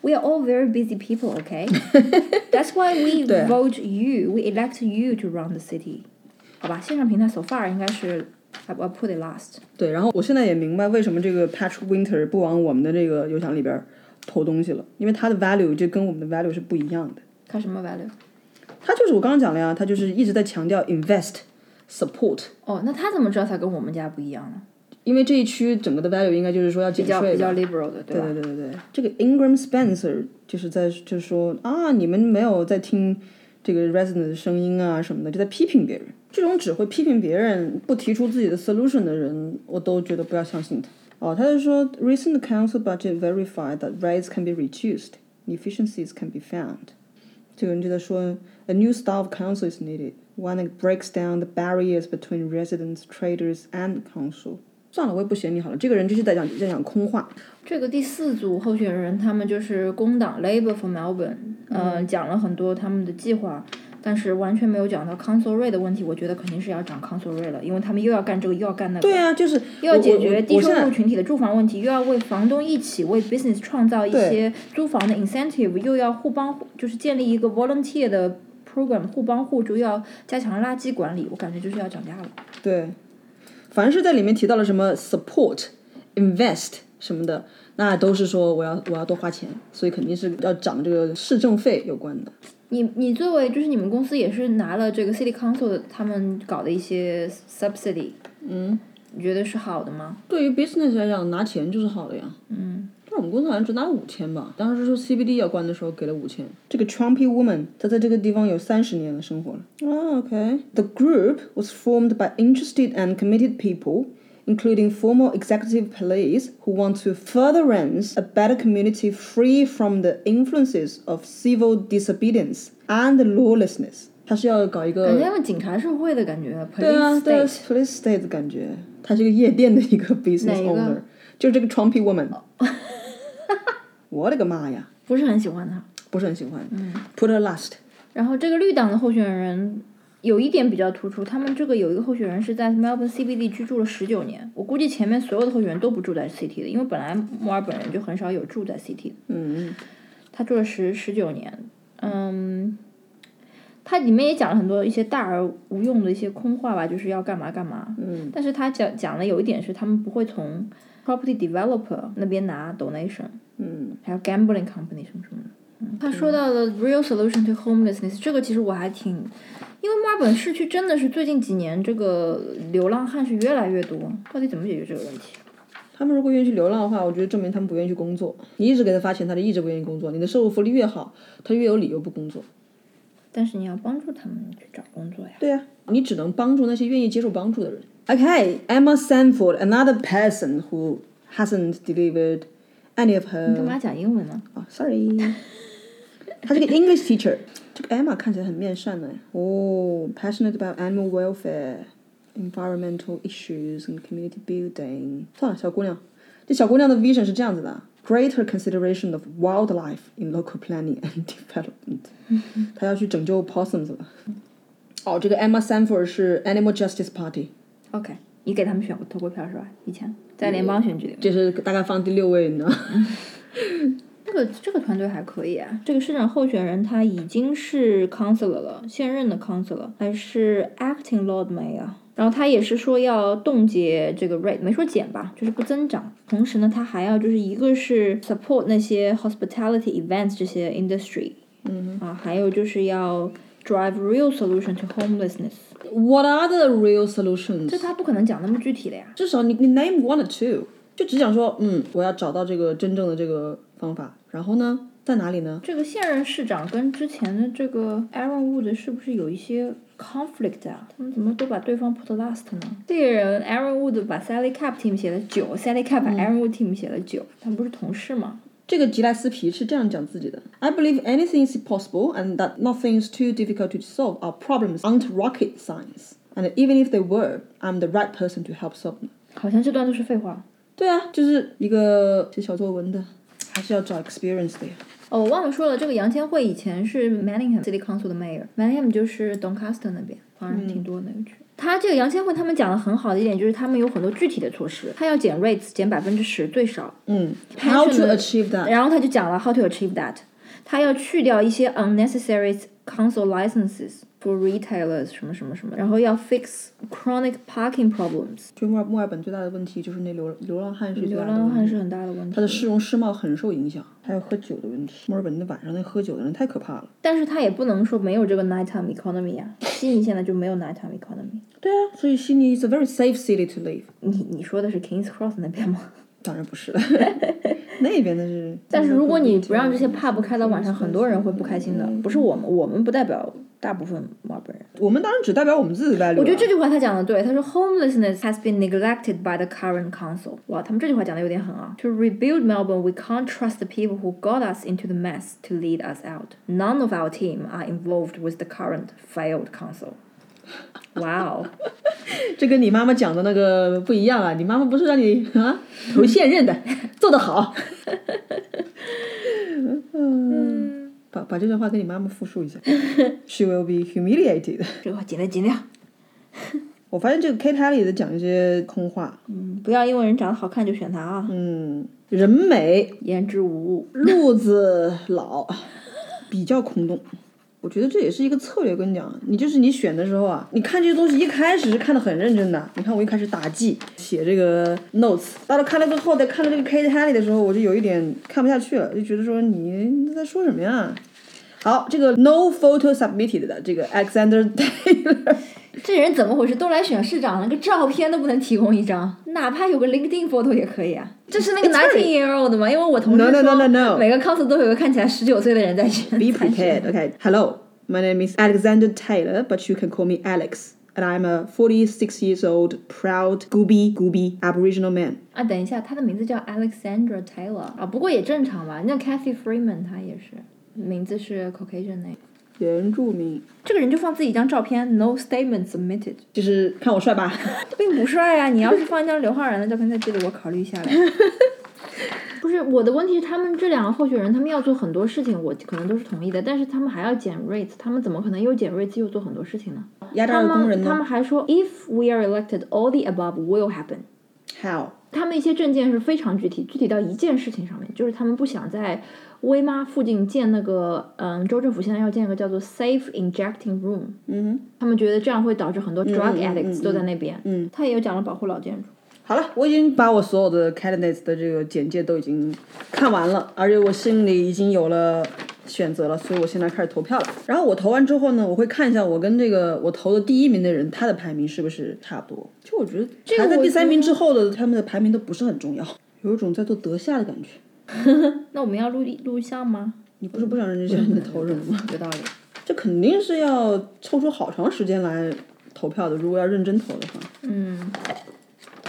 Speaker 4: We are all very busy people, okay? That's why we
Speaker 3: 对
Speaker 4: vote you, we elect you to run the city. 好吧，线上平台 so far 应该是 I I put it last。
Speaker 3: 对，然后我现在也明白为什么这个 Patch Winter 不往我们的这个邮箱里边儿投东西了，因为它的 value 就跟我们的 value 是不一样的。
Speaker 4: 看什么 value？
Speaker 3: 它就是我刚刚讲了呀，它就是一直在强调 invest support，
Speaker 4: 哦，那他怎么知道他跟我们家不一样呢？
Speaker 3: 因为这一区整个的 value 应该就是说要减
Speaker 4: 比较
Speaker 3: 税
Speaker 4: 比
Speaker 3: 吧
Speaker 4: 较 liberal 的，对吧？
Speaker 3: 对对对对，对，这个 Ingram Spencer 就是在就是说啊，你们没有在听这个 resident 的声音啊什么的，就在批评别人。这种只会批评别人、不提出自己的 solution 的人，我都觉得不要相信他。哦，他就说，recent council budget verified that rates can be reduced, efficiencies can be found。这个人就在说，a new style of council is needed, one that breaks down the barriers between residents, traders, and council。算了，我也不嫌你好了。这个人就是在讲在讲空话。
Speaker 4: 这个第四组候选人，他们就是工党 Labour for Melbourne，呃，讲了很多他们的计划，但是完全没有讲到 council rate 的问题。我觉得肯定是要涨 council rate 了，因为他们又要干这个，又要干那个，
Speaker 3: 对啊，就是
Speaker 4: 又要
Speaker 3: 我
Speaker 4: 解
Speaker 3: 我
Speaker 4: 决
Speaker 3: 我
Speaker 4: 低
Speaker 3: 我现
Speaker 4: 收入
Speaker 3: 在
Speaker 4: 群体的住房问题，又要为房东一起为 business 创造一
Speaker 3: 对
Speaker 4: 些租房的 incentive，又要互帮互就是建立一个 volunteer 的 program，互帮互助，又要加强垃圾管理。我感觉就是要涨价了。
Speaker 3: 对，凡是在里面提到了什么 support、invest 什么的，那都是说我要我要多花钱，所以肯定是要涨这个市政费有关的。
Speaker 4: 你你作为就是你们公司也是拿了这个 City Council 的他们搞的一些 subsidy，
Speaker 3: 嗯，
Speaker 4: 你觉得是好的吗？
Speaker 3: 对于 business 来讲，拿钱就是好的呀。
Speaker 4: 嗯，
Speaker 3: 但我们公司好像只拿了五千吧，当时说 CBD 要关的时候给了五千。这个 Trumpy woman，她在这个地方有三十年的生活了。啊、o k The group was formed by interested and committed people. Including former executive police who want to furtherance a better community free from the influences of civil disobedience and lawlessness。他是要搞一个
Speaker 4: 感觉他们警察是会的感觉
Speaker 3: 对啊，
Speaker 4: ，police
Speaker 3: 对啊
Speaker 4: state。
Speaker 3: ，police state 的感觉，他是一个夜店的一 个 business
Speaker 4: 哪一个哦
Speaker 3: owner，就是这个 Trumpy woman。我的个妈呀，
Speaker 4: 不是很喜欢他。
Speaker 3: 不是很喜欢。Put
Speaker 4: 嗯
Speaker 3: her last。
Speaker 4: 然后这个绿党的候选人有一点比较突出，他们这个有一个候选人是在 Melbourne CBD 居住了十九年。我估计前面所有的候选人都不住在 City 的，因为本来墨尔本人就很少有住在 City 的。
Speaker 3: 嗯，
Speaker 4: 他住了十十九年，嗯，他里面也讲了很多一些大而无用的一些空话吧，就是要干嘛干嘛。嗯，但是他讲讲了有一点是他们不会从 property developer 那边拿 donation，嗯，还有 gambling company 什么什么的。嗯，他说到了 real solution to homelessness，这个其实我还挺，因为墨尔本市区真的是最近几年这个流浪汉是越来越多，到底怎么解决这个问题？
Speaker 3: 他们如果愿意去流浪的话，我觉得证明他们不愿意去工作。你一直给他发钱，他就一直不愿意工作。你的收入福利越好，他越有理由不工作。
Speaker 4: 但是你要帮助他们去找工作呀。
Speaker 3: 对呀、你只能帮助那些愿意接受帮助的人。Okay, Emma Sanford, another person who hasn't delivered any of her
Speaker 4: 你干嘛讲英文呢？
Speaker 3: 啊、s o r r y 她是个 English teacher。这个 Emma 看起来很面善呢。哦、p a s s i o n a t e about animal welfare, environmental issues and community building。算了，小姑娘，这小姑娘的 vision 是这样子的：greater consideration of wildlife in local planning and development。她要去拯救 possums 了。哦，这个 Emma Sanford 是 Animal Justice Party，
Speaker 4: OK，你给他们选过投过票是吧？以前在联邦选举里面，
Speaker 3: 这是大概放第六位呢。
Speaker 4: 这个这个团队还可以啊。这个市长候选人他已经是 councilor 了，现任的 councilor 还是 acting Lord Mayor。然后他也是说要冻结这个 rate，没说减吧，就是不增长。同时呢，他还要就是一个是 support 那些 hospitality events 这些 industry，嗯啊，还有就是要 drive real solution to homelessness。
Speaker 3: What are the real solutions？
Speaker 4: 这他不可能讲那么具体的呀。
Speaker 3: 至少你你 name one or two，就只讲说，嗯，我要找到这个真正的这个方法，然后呢，在哪里呢？
Speaker 4: 这个现任市长跟之前的这个 Aaron Wood 是不是有一些 conflict 啊？他们怎么都把对方 put last 呢？这个人 Aaron Wood 把 Sally Cap team 写了九，Sally Cap 把 Aaron Wood team 写了九，他们不是同事吗？
Speaker 3: 这个吉莱斯皮是这样讲自己的：I believe anything is possible and that nothing is too difficult to solve. Our problems aren't rocket science, and even if they were, I'm the right person to help solve them.
Speaker 4: 好像这段都是废话。
Speaker 3: 对啊，就是一个写小作文的，还是要找 experience 的呀。
Speaker 4: 哦，我忘了说了，这个杨千惠以前是 Manningham City Council 的 Mayor，Manningham 就是 Doncaster 那边，华人挺多那个区。他这个杨千惠他们讲的很好的一点就是，他们有很多具体的措施，他要减 rates 减百分之十最少，
Speaker 3: 嗯，How to
Speaker 4: Passionate-
Speaker 3: achieve that？
Speaker 4: 然后他就讲了 how to achieve that，他要去掉一些 unnecessary council licenses for retailers 什么什么什么，然后要 fix chronic parking problems，
Speaker 3: 就墨尔墨尔本最大的问题就是那流流浪汉是最
Speaker 4: 流
Speaker 3: 大的
Speaker 4: 浪
Speaker 3: 问
Speaker 4: 汉
Speaker 3: 题
Speaker 4: 是很大的问
Speaker 3: 他的
Speaker 4: 题。
Speaker 3: 市容市貌很受影响，还有喝酒的问题。墨尔本的晚上那喝酒的人太可怕了。
Speaker 4: 但是他也不能说没有这个 nighttime economy 啊，悉尼现在就没有 nighttime economy。
Speaker 3: 对啊，所以悉尼 is a very safe city to live。
Speaker 4: 你你说的是 Kings Cross 那边吗？
Speaker 3: 当然不是了， 那边的是。
Speaker 4: 但是如果你不让这些 pub 开到晚上，很多人会不开心的。不是我们，我们不代表大部分墨尔本人。
Speaker 3: 嗯我们当然只代表我们自己的 value 啊。
Speaker 4: 我觉得这句话他讲的对，他说 homelessness has been neglected by the current council。哇，他们这句话讲的有点狠啊。To rebuild Melbourne, we can't trust the people who got us into the mess to lead us out. None of our team are involved with the current failed council. Wow，
Speaker 3: 这跟你妈妈讲的那个不一样啊！你妈妈不是让你啊投现任的，做得 好。嗯，把把这段话跟你妈妈复述一下。She will be humiliated。
Speaker 4: 这句话尽量尽量，
Speaker 3: 我发现这个 Kate Haley 在讲一些空话。
Speaker 4: 嗯不要因为人长得好看就选他啊，
Speaker 3: 嗯，人美
Speaker 4: 颜值无物。
Speaker 3: 路子老，比较空洞。我觉得这也是一个策略，跟你讲，你就是你选的时候啊，你看这些东西一开始是看得很认真的。你看我一开始打记写这个 notes，到了看了个后，再看了这个 Kate Haley 的时候，我就有一点看不下去了，就觉得说你你在说什么呀？好，这个 no photo submitted 的这个 Alexander Taylor，
Speaker 4: 这人怎么回事？都来选市长了，个照片都不能提供一张，哪怕有个 LinkedIn photo 也可以啊。这是那个
Speaker 3: It's very-
Speaker 4: nineteen year old 吗？因为我同事
Speaker 3: No,
Speaker 4: 说
Speaker 3: no, no, no, no.
Speaker 4: 每个 council 都有个看起来十九岁的人在选。
Speaker 3: Be prepared. Okay. Hello, my name is Alexander Taylor, but you can call me Alex. And I'm a 46 years old, proud Gooby Gooby Aboriginal man.
Speaker 4: 啊，等一下，他的名字叫 Alexandra Taylor 啊，不过也正常吧。那 Kathy Freeman 她也是，名字是 Caucasian 那个。
Speaker 3: 原住民，
Speaker 4: 这个人就放自己一张照片，No statement submitted，
Speaker 3: 就是看我帅吧？
Speaker 4: 并不帅 啊。你要是放一张刘昊然的照片在这里，我考虑一下 呗。不是我的问题是，他们这两个候选人，他们要做很多事情，我可能都是同意的，但是他们还要减 rates，他们怎么可能又减 rates 又做很多事情呢？
Speaker 3: 压榨
Speaker 4: 他
Speaker 3: 的工
Speaker 4: 们
Speaker 3: 人
Speaker 4: 他们
Speaker 3: 呢
Speaker 4: 还说，If we are elected, all the above will happen。
Speaker 3: ？How？
Speaker 4: 他们一些证件是非常具体，具体到一件事情上面，就是他们不想在威妈附近建那个，嗯，州政府现在要建一个叫做 Safe Injecting Room，
Speaker 3: 嗯
Speaker 4: 他们觉得这样会导致很多 drug
Speaker 3: 嗯嗯
Speaker 4: addicts
Speaker 3: 嗯
Speaker 4: 都在那边。
Speaker 3: 嗯
Speaker 4: 他也有讲了保护老建筑。
Speaker 3: 哼，好了，我已经把我所有的 candidates 的这个简介都已经看完了，而且我心里已经有了。选择了，所以我现在开始投票了。然后我投完之后呢，我会看一下我跟这个我投的第一名的人，他的排名是不是差不多。就我觉得
Speaker 4: 个
Speaker 3: 排在
Speaker 4: 我
Speaker 3: 第三
Speaker 4: 觉
Speaker 3: 名
Speaker 4: 得
Speaker 3: 之后的，他们的排名都不是很重要，有一种在做德下的感觉。
Speaker 4: 那我们要录录像吗？
Speaker 3: 你不是不想让人家知道你在投什么吗？
Speaker 4: 嗯有道理。
Speaker 3: 这肯定是要抽出好长时间来投票的。如果要认真投的话，
Speaker 4: 嗯，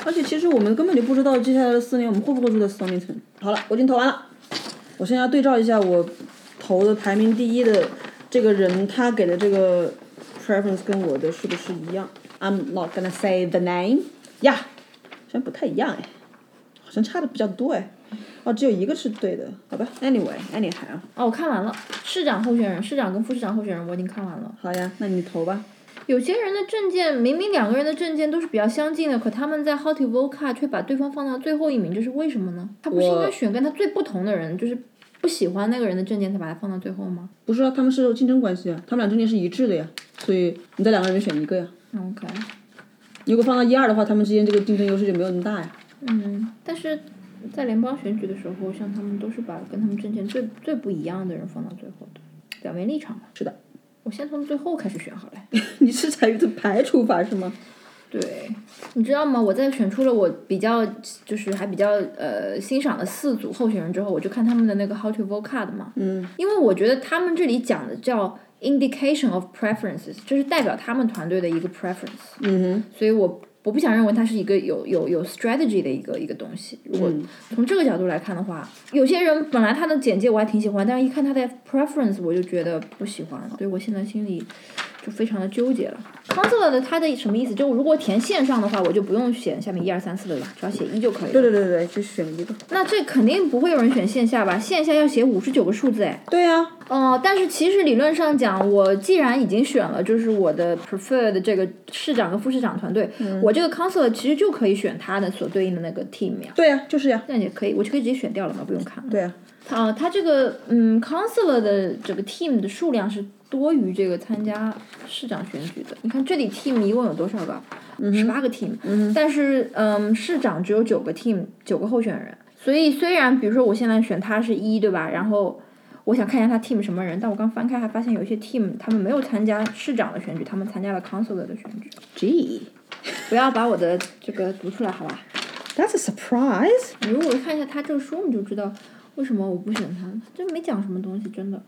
Speaker 3: 而且其实我们根本就不知道接下来的四年我们会不会住在 Stonington。好了，我已经投完了，我现在要对照一下我投的排名第一的这个人，他给的这个 preference 跟我的是不是一样？I'm not gonna say the name 呀、好像不太一样哎，好像差的比较多哎。哦，只有一个是对的，好吧？Anyway，anyhow，
Speaker 4: 哦，我看完了，市长候选人、市长跟副市长候选人我已经看完了。
Speaker 3: 好呀，那你投吧。
Speaker 4: 有些人的证件明明两个人的证件都是比较相近的，可他们在 How to Vote Card 却把对方放到最后一名，这是为什么呢？他不是应该选跟他最不同的人，就是不喜欢那个人的证件才把他放到最后吗
Speaker 3: 不是啊，他们是有竞争关系啊，他们俩中间是一致的呀，所以你在两个人里面选一个呀。
Speaker 4: ？OK，
Speaker 3: 如果放到一二的话，他们之间这个竞争优势就没有那么大呀。
Speaker 4: 嗯，但是在联邦选举的时候，像他们都是把跟他们证件最最不一样的人放到最后的，表明立场嘛。
Speaker 3: 是的，
Speaker 4: 我先从最后开始选好了。
Speaker 3: 你是采用的排除法是吗？
Speaker 4: 对，你知道吗？我在选出了我比较就是还比较呃欣赏的四组候选人之后，我就看他们的那个 How to Vote Card 嘛，
Speaker 3: 嗯，
Speaker 4: 因为我觉得他们这里讲的叫 Indication of Preferences，就是代表他们团队的一个 preference，
Speaker 3: 嗯哼，
Speaker 4: 所以我我不想认为它是一个有有有 strategy 的一个一个东西。如
Speaker 5: 嗯
Speaker 4: 果从这个角度来看的话，有些人本来他的简介我还挺喜欢，但是一看他的 preference 我就觉得不喜欢，所以我现在心里就非常的纠结了。Counselor 的它的什么意思？就如果填线上的话，我就不用选下面一二三四了吧，只要写一就可以了。
Speaker 5: 对对对对，就选一个。
Speaker 4: 那这肯定不会有人选线下吧？线下要写五十九个数字哎。
Speaker 5: 对呀、
Speaker 4: 哦、但是其实理论上讲，我既然已经选了，就是我的 preferred 这个市长和副市长团队，我这个 counselor 其实就可以选他的所对应的那个 team 呀。
Speaker 5: 对呀、就是呀、
Speaker 4: 那也可以，我就可以直接选掉了嘛，不用看了。
Speaker 5: 对呀、
Speaker 4: 啊、他这个嗯，counselor 的这个 team 的数量是多于这个参加市长选举的。你看这里 team 一共有多少个？十八个 team，、但是嗯，市长只有九个 team，九个候选人。所以虽然比如说我现在选他是一对吧，然后我想看一下他 team 什么人，但我刚翻开还发现有一些 team 他们没有参加市长的选举，他们参加了 counselor 的选举。
Speaker 5: g
Speaker 4: 不要把我的这个读出来好吧？
Speaker 5: That's a surprise.
Speaker 4: 你如果看一下他这个书，你就知道为什么我不喜欢他，这没讲什么东西，真的。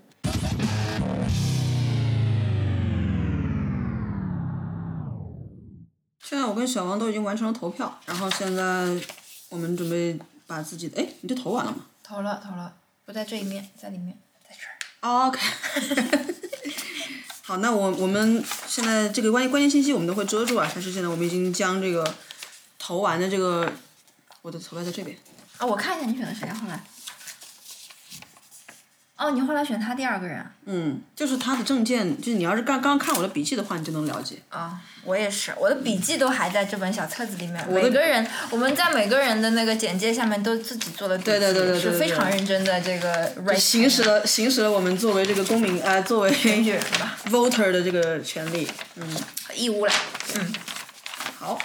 Speaker 3: 现在我跟小王都已经完成了投票，然后现在我们准备把自己的哎，你这投完了吗
Speaker 1: 投了投了，不在这一面，在里面，在这儿。
Speaker 3: 哦？OK 。好，那我我们现在这个关于关键信息我们都会遮住啊，但是现在我们已经将这个投完的这个我的投票在这边。
Speaker 1: 啊，我看一下你选的谁啊？后来。哦，你后来选他第二个人啊
Speaker 3: 嗯，就是他的证件，就是你要是刚刚看我的笔记的话，你就能了解。
Speaker 1: 啊！我也是，我的笔记都还在这本小册子里面。
Speaker 3: 的
Speaker 1: 每个人，我们在每个人的那个简介下面都自己做了笔记，
Speaker 3: 对对对对对
Speaker 1: 是
Speaker 3: 对
Speaker 1: 非常认真的这个 writing
Speaker 3: 行使了行使了我们作为这个公民啊、呃作为
Speaker 1: 选举是吧？
Speaker 3: voter 的这个权利。
Speaker 1: 义务了，嗯，
Speaker 3: 好，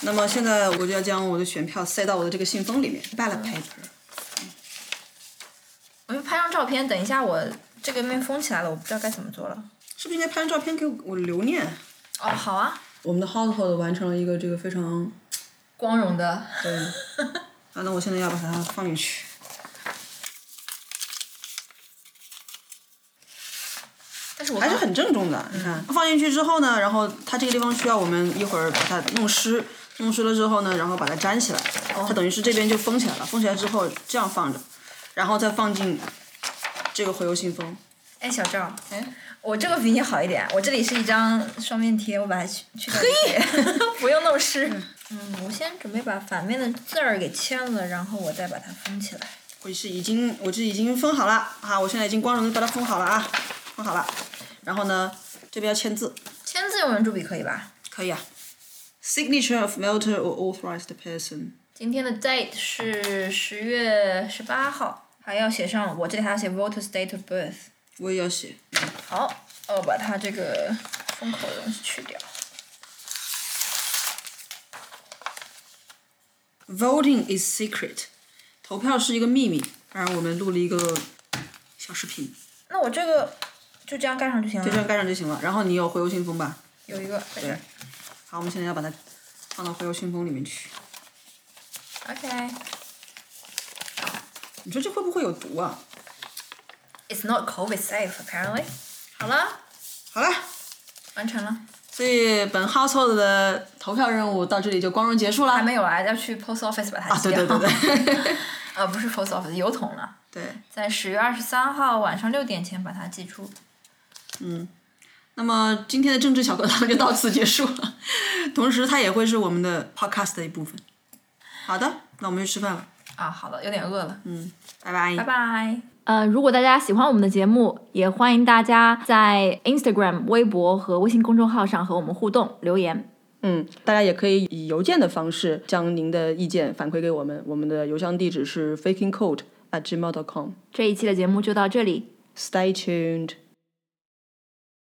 Speaker 3: 那么现在我就要将我的选票塞到我的这个信封里面，ballot paper。
Speaker 1: 我就拍张照片，等一下我这个面封起来了，我不知道该怎么做了。
Speaker 3: 是不是应该拍张照片给我留念？
Speaker 1: 哦，好啊，
Speaker 3: 我们的 household 完成了一个这个非常
Speaker 1: 光荣的，
Speaker 3: 对，啊，那我现在要把它放进去。
Speaker 1: 但是我
Speaker 3: 还是
Speaker 1: 刚
Speaker 3: 很郑重的。你看，放进去之后呢，然后它这个地方需要我们一会儿把它弄湿，弄湿了之后呢，然后把它粘起来。它等于是这边就封起来了，封起来之后这样放着，然后再放进这个回邮信封。
Speaker 1: 哎，小赵，
Speaker 3: 哎，
Speaker 1: 我这个比你好一点，我这里是一张双面贴，我把它去去掉一些， 不用弄湿。嗯，我先准备把反面的字儿给签了，然后我再把它封起来。
Speaker 3: 我是已经，我这已经封好了啊！我现在已经光荣的把它封好了啊，封好了。然后呢，这边要签字，
Speaker 1: 签字用圆珠笔可以吧？
Speaker 3: 可以啊。Signature of voter or authorized person。
Speaker 1: 今天的 date 是十月十八号，还要写上我这里还要写 voter's date of birth。
Speaker 3: 我也要写。
Speaker 1: 好，我把它这个封口的东西去掉。
Speaker 3: Voting is secret，投票是一个秘密。当然，我们录了一个小视频，
Speaker 1: 那我这个就这样盖上就行
Speaker 3: 就这
Speaker 1: 了。
Speaker 3: 样盖上就行
Speaker 1: 嗯
Speaker 3: 了。然后你有回邮信封吧？
Speaker 1: 有一个在这儿
Speaker 3: 好，我们现在要把它放到回邮信封里面去。
Speaker 1: ，OK，It's、
Speaker 3: 你说这会不会有毒啊？
Speaker 1: not COVID safe apparently。好了，
Speaker 3: 好了，
Speaker 1: 完成了。
Speaker 3: 所以本 household 的投票任务到这里就光荣结束了。
Speaker 1: 还没有啊，要去 post office 把它
Speaker 3: 啊
Speaker 1: 寄
Speaker 3: 对
Speaker 1: 掉。
Speaker 3: 对 对对
Speaker 1: 啊，不是 post office，邮筒了，
Speaker 3: 对。
Speaker 1: 在十月二十三号晚上六点前把它寄出。
Speaker 3: 那么今天的政治小课堂就到此结束了， 同时它也会是我们的 podcast 的一部分。好的，那我们去吃饭了，
Speaker 1: 啊，好了，有点饿了，
Speaker 3: 嗯拜拜。
Speaker 1: 拜拜。
Speaker 4: 呃，如果大家喜欢我们的节目，也欢迎大家在 Instagram、微博和微信公众号上和我们互动留言。
Speaker 2: 嗯，大家也可以以邮件的方式将您的意见反馈给我们，我们的邮箱地址是 fakingcode at gmail.com。
Speaker 4: 这一期的节目就到这里，
Speaker 2: Stay tuned.